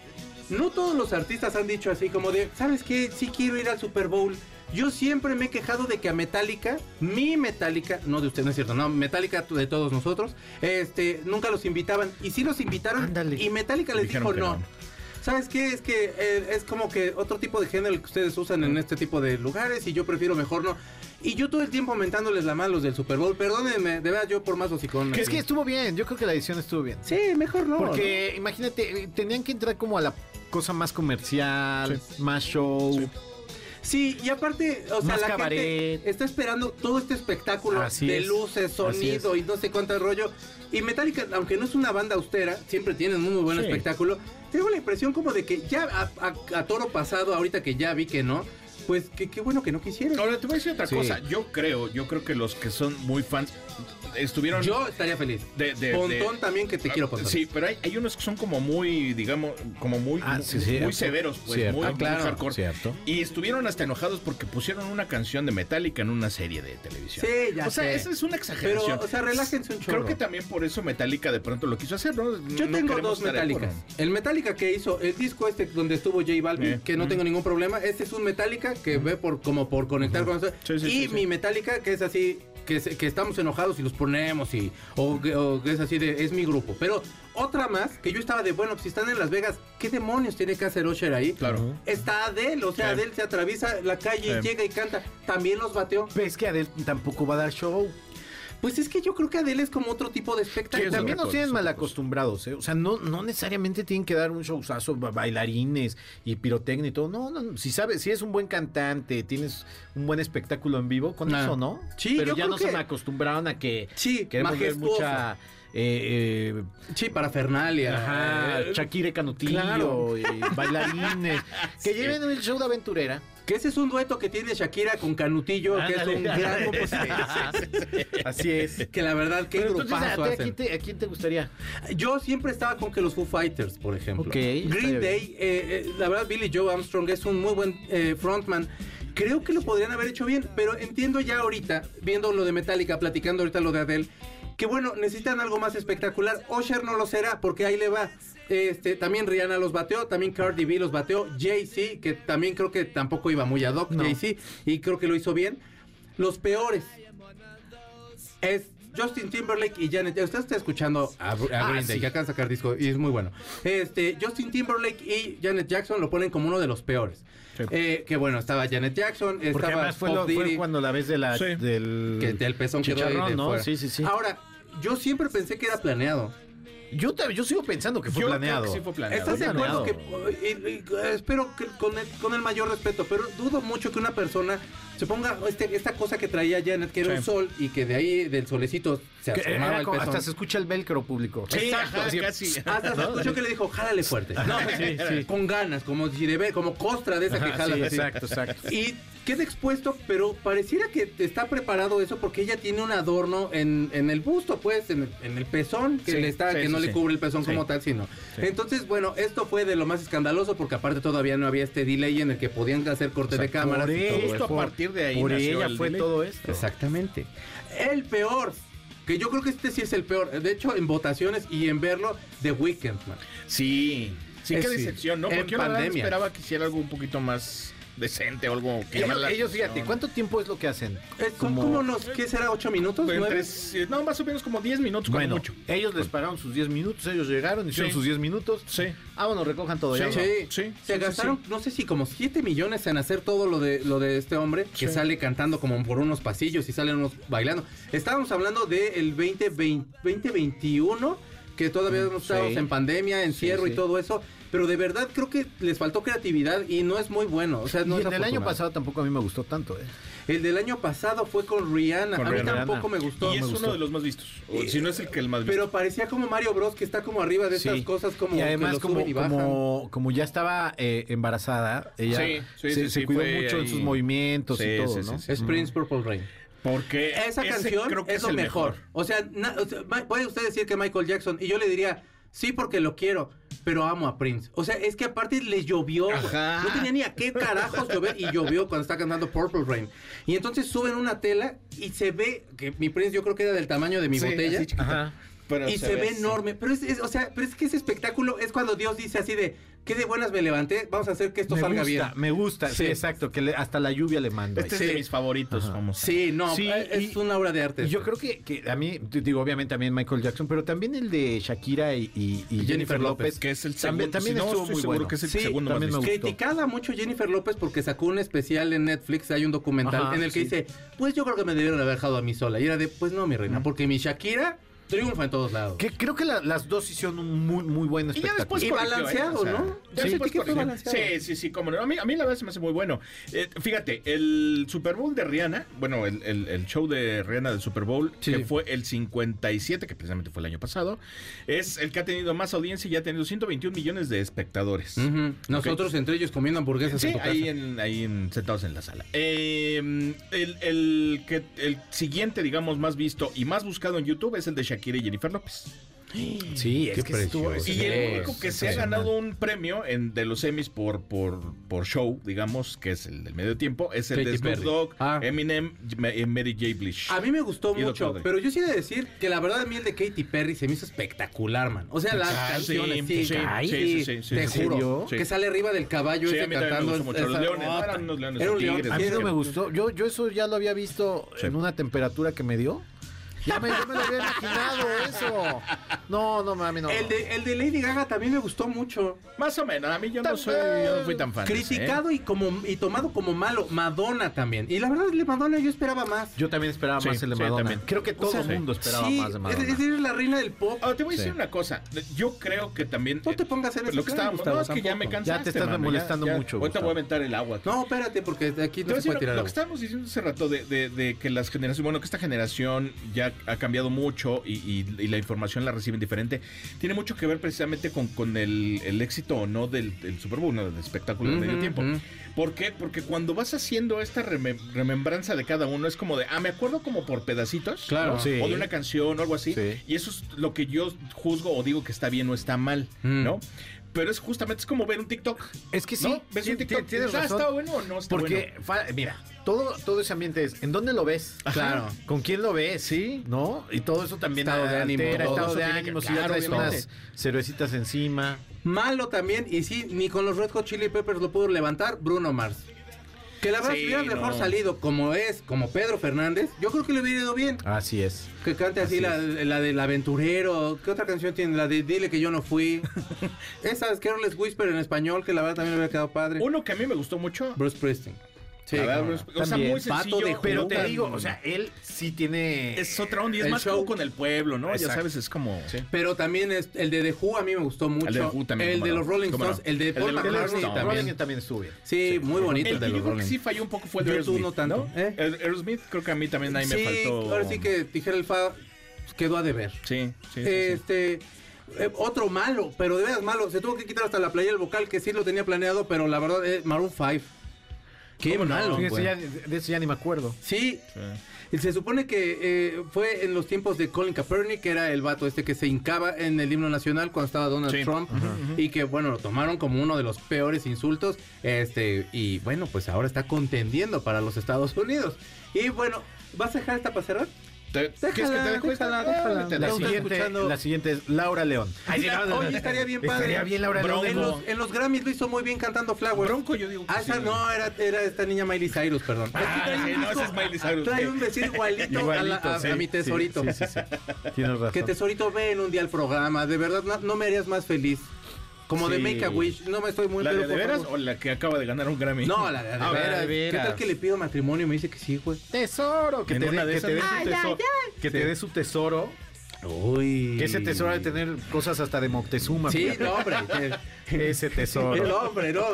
no todos los artistas han dicho así como de, ¿sabes qué? Sí quiero ir al Super Bowl. Yo siempre me he quejado de que a Metallica, mi Metallica, no de usted, no es cierto, no, Metallica de todos nosotros, este, nunca los invitaban. Y sí los invitaron
Ándale.
y Metallica les
Dijeron
dijo
que
no.
no.
¿Sabes qué? Es que eh, es como que otro tipo de género el que ustedes usan en este tipo de lugares y yo prefiero mejor no. Y yo todo el tiempo mentándoles la mano a los del Super Bowl. Perdónenme, de verdad, yo por más hocicón.
Que es
así.
que estuvo bien, yo creo que la edición estuvo bien.
Sí, mejor no.
Porque imagínate, eh, tenían que entrar como a la cosa más comercial, más show.
¿no? Sí, y aparte, o sea,
Más
la
cabaret.
gente está esperando todo este espectáculo
Así
de
es,
luces, sonido y no sé cuánto rollo. Y Metallica, aunque no es una banda austera, siempre tienen un muy buen
Sí.
espectáculo. Tengo la impresión como de que ya a, a- a toro pasado, ahorita que ya vi que no, pues que- qué bueno que no quisieron.
Ahora te voy a decir otra
Sí.
cosa. Yo creo, yo creo que los que son muy fans estuvieron.
Yo estaría feliz.
de, de-
Pontón
de-
también que te quiero contar.
Sí, pero hay, hay unos que son como muy, digamos, como muy,
Ah, sí, sí.
muy severos, pues,
Cierto.
muy,
Ah,
muy
claro.
hardcore.
Cierto.
Y estuvieron hasta enojados porque pusieron una canción de Metallica en una serie de televisión.
Sí, ya
O sea,
sé.
esa es una
Pero,
exageración.
o sea, relájense un chorro.
Creo que también por eso Metallica de pronto lo quiso hacer, ¿no?
Yo
No
tengo
queremos
dos
estar de
Metallicas.
acuerdo.
El Metallica que hizo el disco este donde estuvo J Balvin,
Eh.
que no tengo ningún problema. Este es un Metallica que ve por como por conectar con eso.
Sí, sí,
y
sí, sí.
mi Metallica que es así que, se- que estamos enojados y los ponemos y o, que- o que es así de es mi grupo. Pero otra más que yo estaba de bueno, pues, si están en Las Vegas, ¿qué demonios tiene que hacer Usher ahí?
Claro.
Está Adele, o sea,
Sí.
Adele se atraviesa la calle
Sí.
y llega y canta. También los bateó.
Ves que Adel tampoco va a dar show.
Pues es que yo creo que Adele es como otro tipo de espectáculo.
Sí, es
también
otra
nos
cosa,
tienen
es
mal
otra cosa.
acostumbrados, ¿eh? O sea, no, no necesariamente tienen que dar un showzazo, ba- bailarines y pirotecnia y todo. No, no, no. si sabes, si es un buen cantante, tienes un buen espectáculo en vivo, con
Nah.
eso, ¿no?
Sí,
Pero
yo
ya
creo
no se
que-
me acostumbraron a que
Sí,
queremos ver
majestuoso.
mucha eh, eh,
Sí, para Fernalia. Eh,
Ajá, Shakira y Canutillo
claro.
y bailarines. Que lleven el show de aventurera.
Que ese es un dueto que tiene Shakira con Canutillo, que es un
Ándale.
gran compositor.
Así es.
Que la verdad, qué
Pero entonces, ¿a,
grupazo
ti- a quién
hacen.
te, a quién te gustaría?
Yo siempre estaba con que los Foo Fighters, por ejemplo.
Ok, está bien.
Green Day, eh, eh, la verdad, Billy Joe Armstrong es un muy buen eh, frontman. Creo que lo podrían haber hecho bien, pero entiendo ya ahorita, viendo lo de Metallica, platicando ahorita lo de Adele, que bueno, necesitan algo más espectacular. Osher no lo será, porque ahí le va. Este, también Rihanna los bateó, también Cardi B los bateó, Jay-Z, que también creo que tampoco iba muy ad hoc,
No.
Jay-Z, y creo que lo hizo bien. Los peores es Justin Timberlake y Janet. Usted está escuchando a, Br- a
Ah,
Green Day,
sí.
que acaban de sacar disco y es muy bueno. Este, Justin Timberlake y Janet Jackson lo ponen como uno de los peores. Eh, que bueno, estaba Janet Jackson,
Porque
estaba
además fue, lo-
Pop
fue
Diddy,
cuando la vez de la,
Sí.
del,
que del pezón quedó ahí de
chicharrón, ¿no?
fuera. Ah.
Sí, sí, sí.
Ahora, yo siempre pensé que era planeado.
Yo, te- yo sigo pensando que fue
Yo creo
planeado.
que sí fue planeado.
¿Estás de
fue
acuerdo que
planeado.
y- y- espero que con el, con el mayor respeto, pero dudo mucho que una persona se ponga este- esta cosa que traía Janet, que era
Sí.
un sol y que de ahí del solecito se
Que
asomaba
era
el
como-
pezón.
hasta se escucha el velcro público.
Sí,
Exacto,
ajá,
sí.
casi.
Hasta se escuchó que le dijo, jálale fuerte. No,
sí, sí.
Con ganas, como si de ver, como costra de esa que
Ajá,
jalas
sí,
así.
exacto, exacto.
Y queda expuesto, pero pareciera que te está preparado eso porque ella tiene un adorno en, en el busto, pues, en, en el pezón, que
Sí,
le está,
sí,
que no
sí,
le
sí.
cubre el pezón
Sí.
como tal, sino. Entonces, bueno, esto fue de lo más escandaloso porque aparte todavía no había este delay en el que podían hacer corte de cámaras.
por
y todo eh.
eso,
Justo a
por-
partir de ahí
Por
nació
ella
el
fue
delay.
todo esto.
Exactamente. El peor. Que yo creo que este sí es el peor. De hecho, en votaciones y en verlo, The Weeknd, man.
Sí, sí,
Es
qué
sí.
decepción, ¿no?
En
Porque yo la verdad
pandemia.
esperaba que hiciera algo un poquito más decente o algo que
Ellos,
llamara la
ellos,
atención.
fíjate, ¿cuánto tiempo es lo que hacen?
Eh, Son como, unos, ¿qué será? ¿Ocho minutos?
Entre-
¿Nueve?
sí, eh, no, más o menos como 10 minutos, como
Bueno,
mucho.
ellos les pagaron sus 10 minutos, ellos llegaron, hicieron
Sí.
sus 10 minutos.
Sí.
Ah, bueno, recojan todo ya.
Sí,
¿no?
sí,
se
sí,
gastaron, no sé si como siete millones en hacer todo lo de lo de este hombre que sale cantando como por unos pasillos y salen unos bailando. Estábamos hablando del 2020, 2021, que todavía no estábamos
Mm, sí.
en pandemia, encierro
Sí, sí.
y todo eso. pero de verdad creo que les faltó creatividad y no es muy bueno. O sea, no
Y
es
el del año
afortunado.
pasado tampoco a mí me gustó tanto, ¿eh?
El del año pasado fue con Rihanna.
Con
a mí
Rihanna.
tampoco me gustó.
y es
Me gustó.
uno de los más vistos. O, si no es el que el más visto.
Pero parecía como Mario Bros que está como arriba de
Sí.
estas cosas como
y
que
además
lo
como,
suben y bajan.
como, como ya estaba eh, embarazada, ella
Sí, sí,
se, se
sí, sí,
cuidó
fue
mucho en
ahí.
sus movimientos
Sí,
y todo,
sí,
¿no?
sí, sí.
Es
Mm.
Prince Purple Rain.
Porque
Esa
ese
canción
creo que
es,
es
lo
el
mejor. O sea, na- o sea, ma- puede usted decir que Michael Jackson y yo le diría, sí porque lo quiero, pero amo a Prince. O sea, es que aparte le llovió. güey.
Ajá.
No tenía ni a qué carajos llover y llovió cuando está cantando Purple Rain. Y entonces suben una tela y se ve que mi Prince yo creo que era del tamaño de mi
Sí,
botella.
así chiquita.
Ajá.
Pero
y se, ve
así.
enorme. Pero es, es- o sea, pero es que ese espectáculo es cuando Dios dice así de, qué de buenas me levanté, vamos a hacer que esto
me
salga
gusta,
bien.
me gusta, sí,
Sí.
exacto, que le- hasta la lluvia le mando. ahí.
Este es de mis favoritos, vamos.
Sí, no,
Sí,
eh, es
y-
una obra de arte.
Y yo creo que, que a mí, te digo, obviamente también Michael Jackson, pero también el de Shakira y, y- y Jennifer López,
que es el segundo.
también, también
si no,
estuvo
estoy
muy
seguro
bueno.
que es el
Sí,
segundo más
también me
visto.
gustó.
Criticada mucho Jennifer López porque sacó un especial en Netflix, hay un documental
Ajá,
en el que
sí.
dice, pues yo creo que me debieron haber dejado a mí sola. Y era de, pues no, mi reina, porque mi Shakira triunfa en todos lados.
Que creo que la- las dos hicieron un muy, muy buen
Y ya
espectáculo.
después
Y pues,
corrigió,
balanceado,
¿eh? O sea,
¿no? Yo
sí,
sentí
después
que fue
corrigió.
balanceado.
Sí, sí, sí, cómo no. A mí, a mí la verdad se me hace muy bueno. Eh, fíjate, el Super Bowl de Rihanna, bueno, el, el- el show de Rihanna del Super Bowl,
Sí.
que fue el 57, que precisamente fue el año pasado, es el que ha tenido más audiencia y ha tenido 121 millones de espectadores.
Ujú. Nosotros entre ellos comiendo hamburguesas en
Sí,
tu casa.
ahí, en, ahí en- sentados en la sala. Eh, el, el que, el siguiente, digamos, más visto y más buscado en YouTube es el de Shakira y Jennifer López.
Sí, es que estuvo.
precioso.
Y
Sí,
el único que
Pues es
se ha
impresionante.
ganado un premio en, de los semis por, por, por show, digamos, que es el del medio tiempo, es el
Katy
de Snoop
Perry.
Dogg,
Ah.
Eminem Ma- y Mary J. Blige.
A mí me gustó
Y Dr.
mucho,
Dre.
pero yo sí he de decir que la verdad a mí el de Katy Perry se me hizo espectacular, man. O sea, las
Ah, sí,
canciones, sí,
sí,
caray,
sí, sí, sí,
te
sí.
juro,
¿En serio?
que sale arriba del caballo
Sí,
ese
a mí también me
cantando
gustó mucho. Los
esa
leones,
nota.
eran unos leones,
Era un
los
león.
tigres,
A mí
Sí,
no
sí.
me gustó. Yo, yo eso ya lo había visto
Sí.
en una temperatura que me dio. Ya me, yo me lo había imaginado eso. No, no, mami, no.
El de, el de Lady Gaga también me gustó mucho.
Más o menos, a mí yo no,
Tan-
soy, yo no fui tan fan. de ese, ¿eh?
Criticado y como y tomado como malo, Madonna también. Y la verdad, de Madonna yo esperaba más.
Yo también esperaba
Sí,
más el de
sí,
Madonna.
también.
Creo que todo
sea,
el mundo esperaba
Sí,
más de Madonna.
Es, es decir, la reina del pop.
Ahora, Ah, te voy a decir
Sí.
una cosa. Yo creo que también.
No te pongas en
Pero
ese
Lo que
plan,
estábamos.
Gustavo,
No, es que ya
tampoco.
me
Ya te
cansaste.
estás
mano,
molestando mucho,
Ahorita
Gustavo.
voy a aventar el agua.
No, espérate, porque de aquí
Te
no
voy a
se
decir
puede
lo-
tirar
lo
agua.
que estábamos diciendo hace rato de, de- de que las generaciones, bueno, que esta generación ya ha cambiado mucho y, y- y la información la reciben diferente, tiene mucho que ver precisamente con, con el, el éxito o no del, del Super Bowl, ¿no? del espectáculo del
Ujú,
medio tiempo.
ujú.
¿Por qué? Porque cuando vas haciendo esta remem- remembranza de cada uno, es como de, ah, me acuerdo como por pedacitos.
Claro.
¿no?
Sí.
O de una canción o algo así.
Sí.
Y eso es lo que yo juzgo o digo que está bien o está mal,
Mm.
¿no? Pero es justamente es como ver un TikTok.
Es que sí,
¿no? ¿Ves
sí,
un TikTok?
ti- tienes
Ah,
razón.
¿Está bueno o no está bueno?
Porque, fa- mira, todo, todo ese ambiente es, ¿en dónde lo ves?
Claro.
¿Con quién lo ves?
Sí.
¿No? Y todo eso también
Estado de ánimo,
altera,
todo
estado
eso
de
tiene que-
ánimo, si ya
claro,
traes
obviamente.
unas cervecitas encima.
Malo también, y sí, ni con los Red Hot Chili Peppers lo pudo levantar Bruno Mars. Que la verdad,
Sí,
si hubiera mejor
no.
salido como es, como Pedro Fernández, yo creo que le hubiera ido bien.
Así es.
Que cante así,
Así
la, la del aventurero. ¿Qué otra canción tiene? La de Dile que yo no fui. Esa es Careless Whisper en español, que la verdad también le hubiera quedado padre.
Uno que a mí me gustó mucho.
Bruce Springsteen. Sí,
la verdad,
cómo no.
Bruce- o sea,
También.
muy
Pato
sencillo.
de
Pero te
Juan.
digo, o sea, él sí tiene...
es otra onda y es
el
más
show.
show con el pueblo, ¿no? Ya
Exacto.
sabes, es como.
Pero también es- el de The Who a mí me gustó mucho.
El de The Who también,
El
cómo
de
no,
los Rolling
cómo no.
Stones. El de
El de
Paul
los
McCartney
Rolling Stones.
también.
Rolling también estuvo bien.
Sí, muy bonito el,
El
de
que yo
los
creo
Rolling
que sí falló un poco fue el de
Yo tú
Aerosmith.
no tanto, ¿eh?
El Aerosmith creo que a mí también ahí me
Sí,
faltó.
ahora sí que dijera el Fa pues, quedó a deber.
Sí, sí, sí, sí.
este eh, otro malo, pero de veras malo. Se tuvo que quitar hasta la playa el vocal, que sí lo tenía planeado, pero la verdad es Maroon 5. Qué
¿Cómo no?
malo.
Fíjese,
güey.
ya- de eso ya ni me acuerdo.
Sí,
Sí.
Y Se supone que eh, fue en los tiempos de Colin Kaepernick, que era el vato este que se hincaba en el himno nacional cuando estaba Donald
Sí.
Trump, y que bueno, lo tomaron como uno de los peores insultos, este, y bueno, pues ahora está contendiendo para los Estados Unidos. Y bueno, ¿vas a dejar esta para cerrar?
¿Te- ¿Quieres que te dejo esta?
déjala, déjala.
Ah, te
La
La
dejo.
Estamos
siguiente,
escuchando-
la siguiente es Laura León.
Ay, sí, no, no, no. Oye, estaría bien padre.
Estaría bien Laura
Bronco.
En
León.
los, en los Grammys lo hizo muy bien cantando Flower.
Bronco, yo digo. que
Ah, esa
sí.
no, era, era esta niña Miley Cyrus, perdón. Es que
Ah,
trae
sí,
un
no, ese
disco-
es Miley Cyrus.
Trae un vestido igualito, a, la- a-
sí,
a mi
sí,
tesorito.
sí, sí, sí. Tienes razón.
Que Tesorito ve en un día el programa. De verdad, no, no me harías más feliz. Como de
Sí.
Make a Wish. No me estoy muy
¿La de,
pero
de
por
veras
favor.
o la que acaba de ganar un Grammy?
No, la de, de
Ah,
veras. ¿Qué tal
veras.
que le pido matrimonio y me dice que sí, güey?
Tesoro, que
En
te
una
dé
de
que
esas-
te dé su
Ay,
tesoro. Que te dé su tesoro.
Uy.
Que ese tesoro ha de tener cosas hasta de Moctezuma.
Sí,
fíjate.
no, hombre.
Ese
El
tesoro.
hombre, no.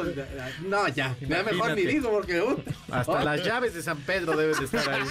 No, ya. Me da mejor ni
Imagínate.
digo porque. uh,
Hasta las llaves de San Pedro deben de estar ahí.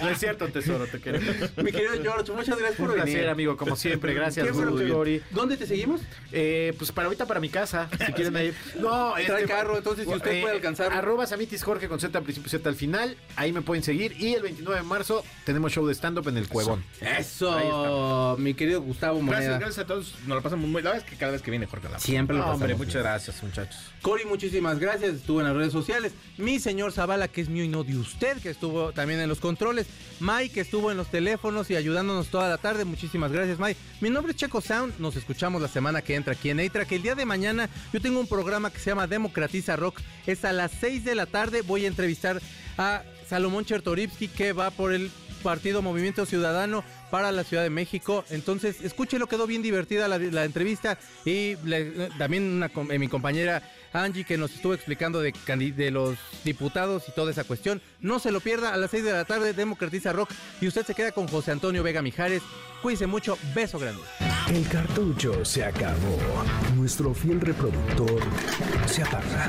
No es cierto, tesoro, te queremos.
Mi querido George, muchas gracias
Un
por
placer,
venir.
amigo, como siempre. Gracias,
Qué bueno
Guru
que-
Gori.
¿Dónde te seguimos?
Eh, pues para ahorita para mi casa, si quieren ir. No, este,
Trae
eh,
carro, entonces, si usted puede alcanzar.
Arroba Samitis Jorge con Z al principio, Z al final. Ahí me pueden seguir. Y el 29 de marzo tenemos show de stand-up en el Cuevón. Ahí
Eso, mi querido Gustavo
Gracias,
Moneda.
gracias a todos. Nos lo pasamos muy. La verdad es que cada vez que viene Jorge la
Siempre lo pasamos.
gracias, muchachos.
Cori, muchísimas gracias. Estuvo en las redes sociales. Mi señor Zavala, que es mío y no de usted, que estuvo también en los controles. Mike, que estuvo en los teléfonos y ayudándonos toda la tarde. Muchísimas gracias, Mike. Mi nombre es Checo Sound. Nos escuchamos la semana que entra aquí en Eitra. Que el día de mañana yo tengo un programa que se llama Democratiza Rock. Es a las 6 de la tarde. Voy a entrevistar a Salomón Chertorivsky, que va por el partido Movimiento Ciudadano para la Ciudad de México. Entonces, escúchelo, quedó bien divertida la, la entrevista y le- también una com- eh, mi compañera Angie que nos estuvo explicando de, candi- de los diputados y toda esa cuestión. No se lo pierda a las 6 de la tarde, Democratiza Rock y usted se queda con José Antonio Vega Mijares. Cuídense mucho, beso grande.
El cartucho se acabó. Nuestro fiel reproductor se apaga.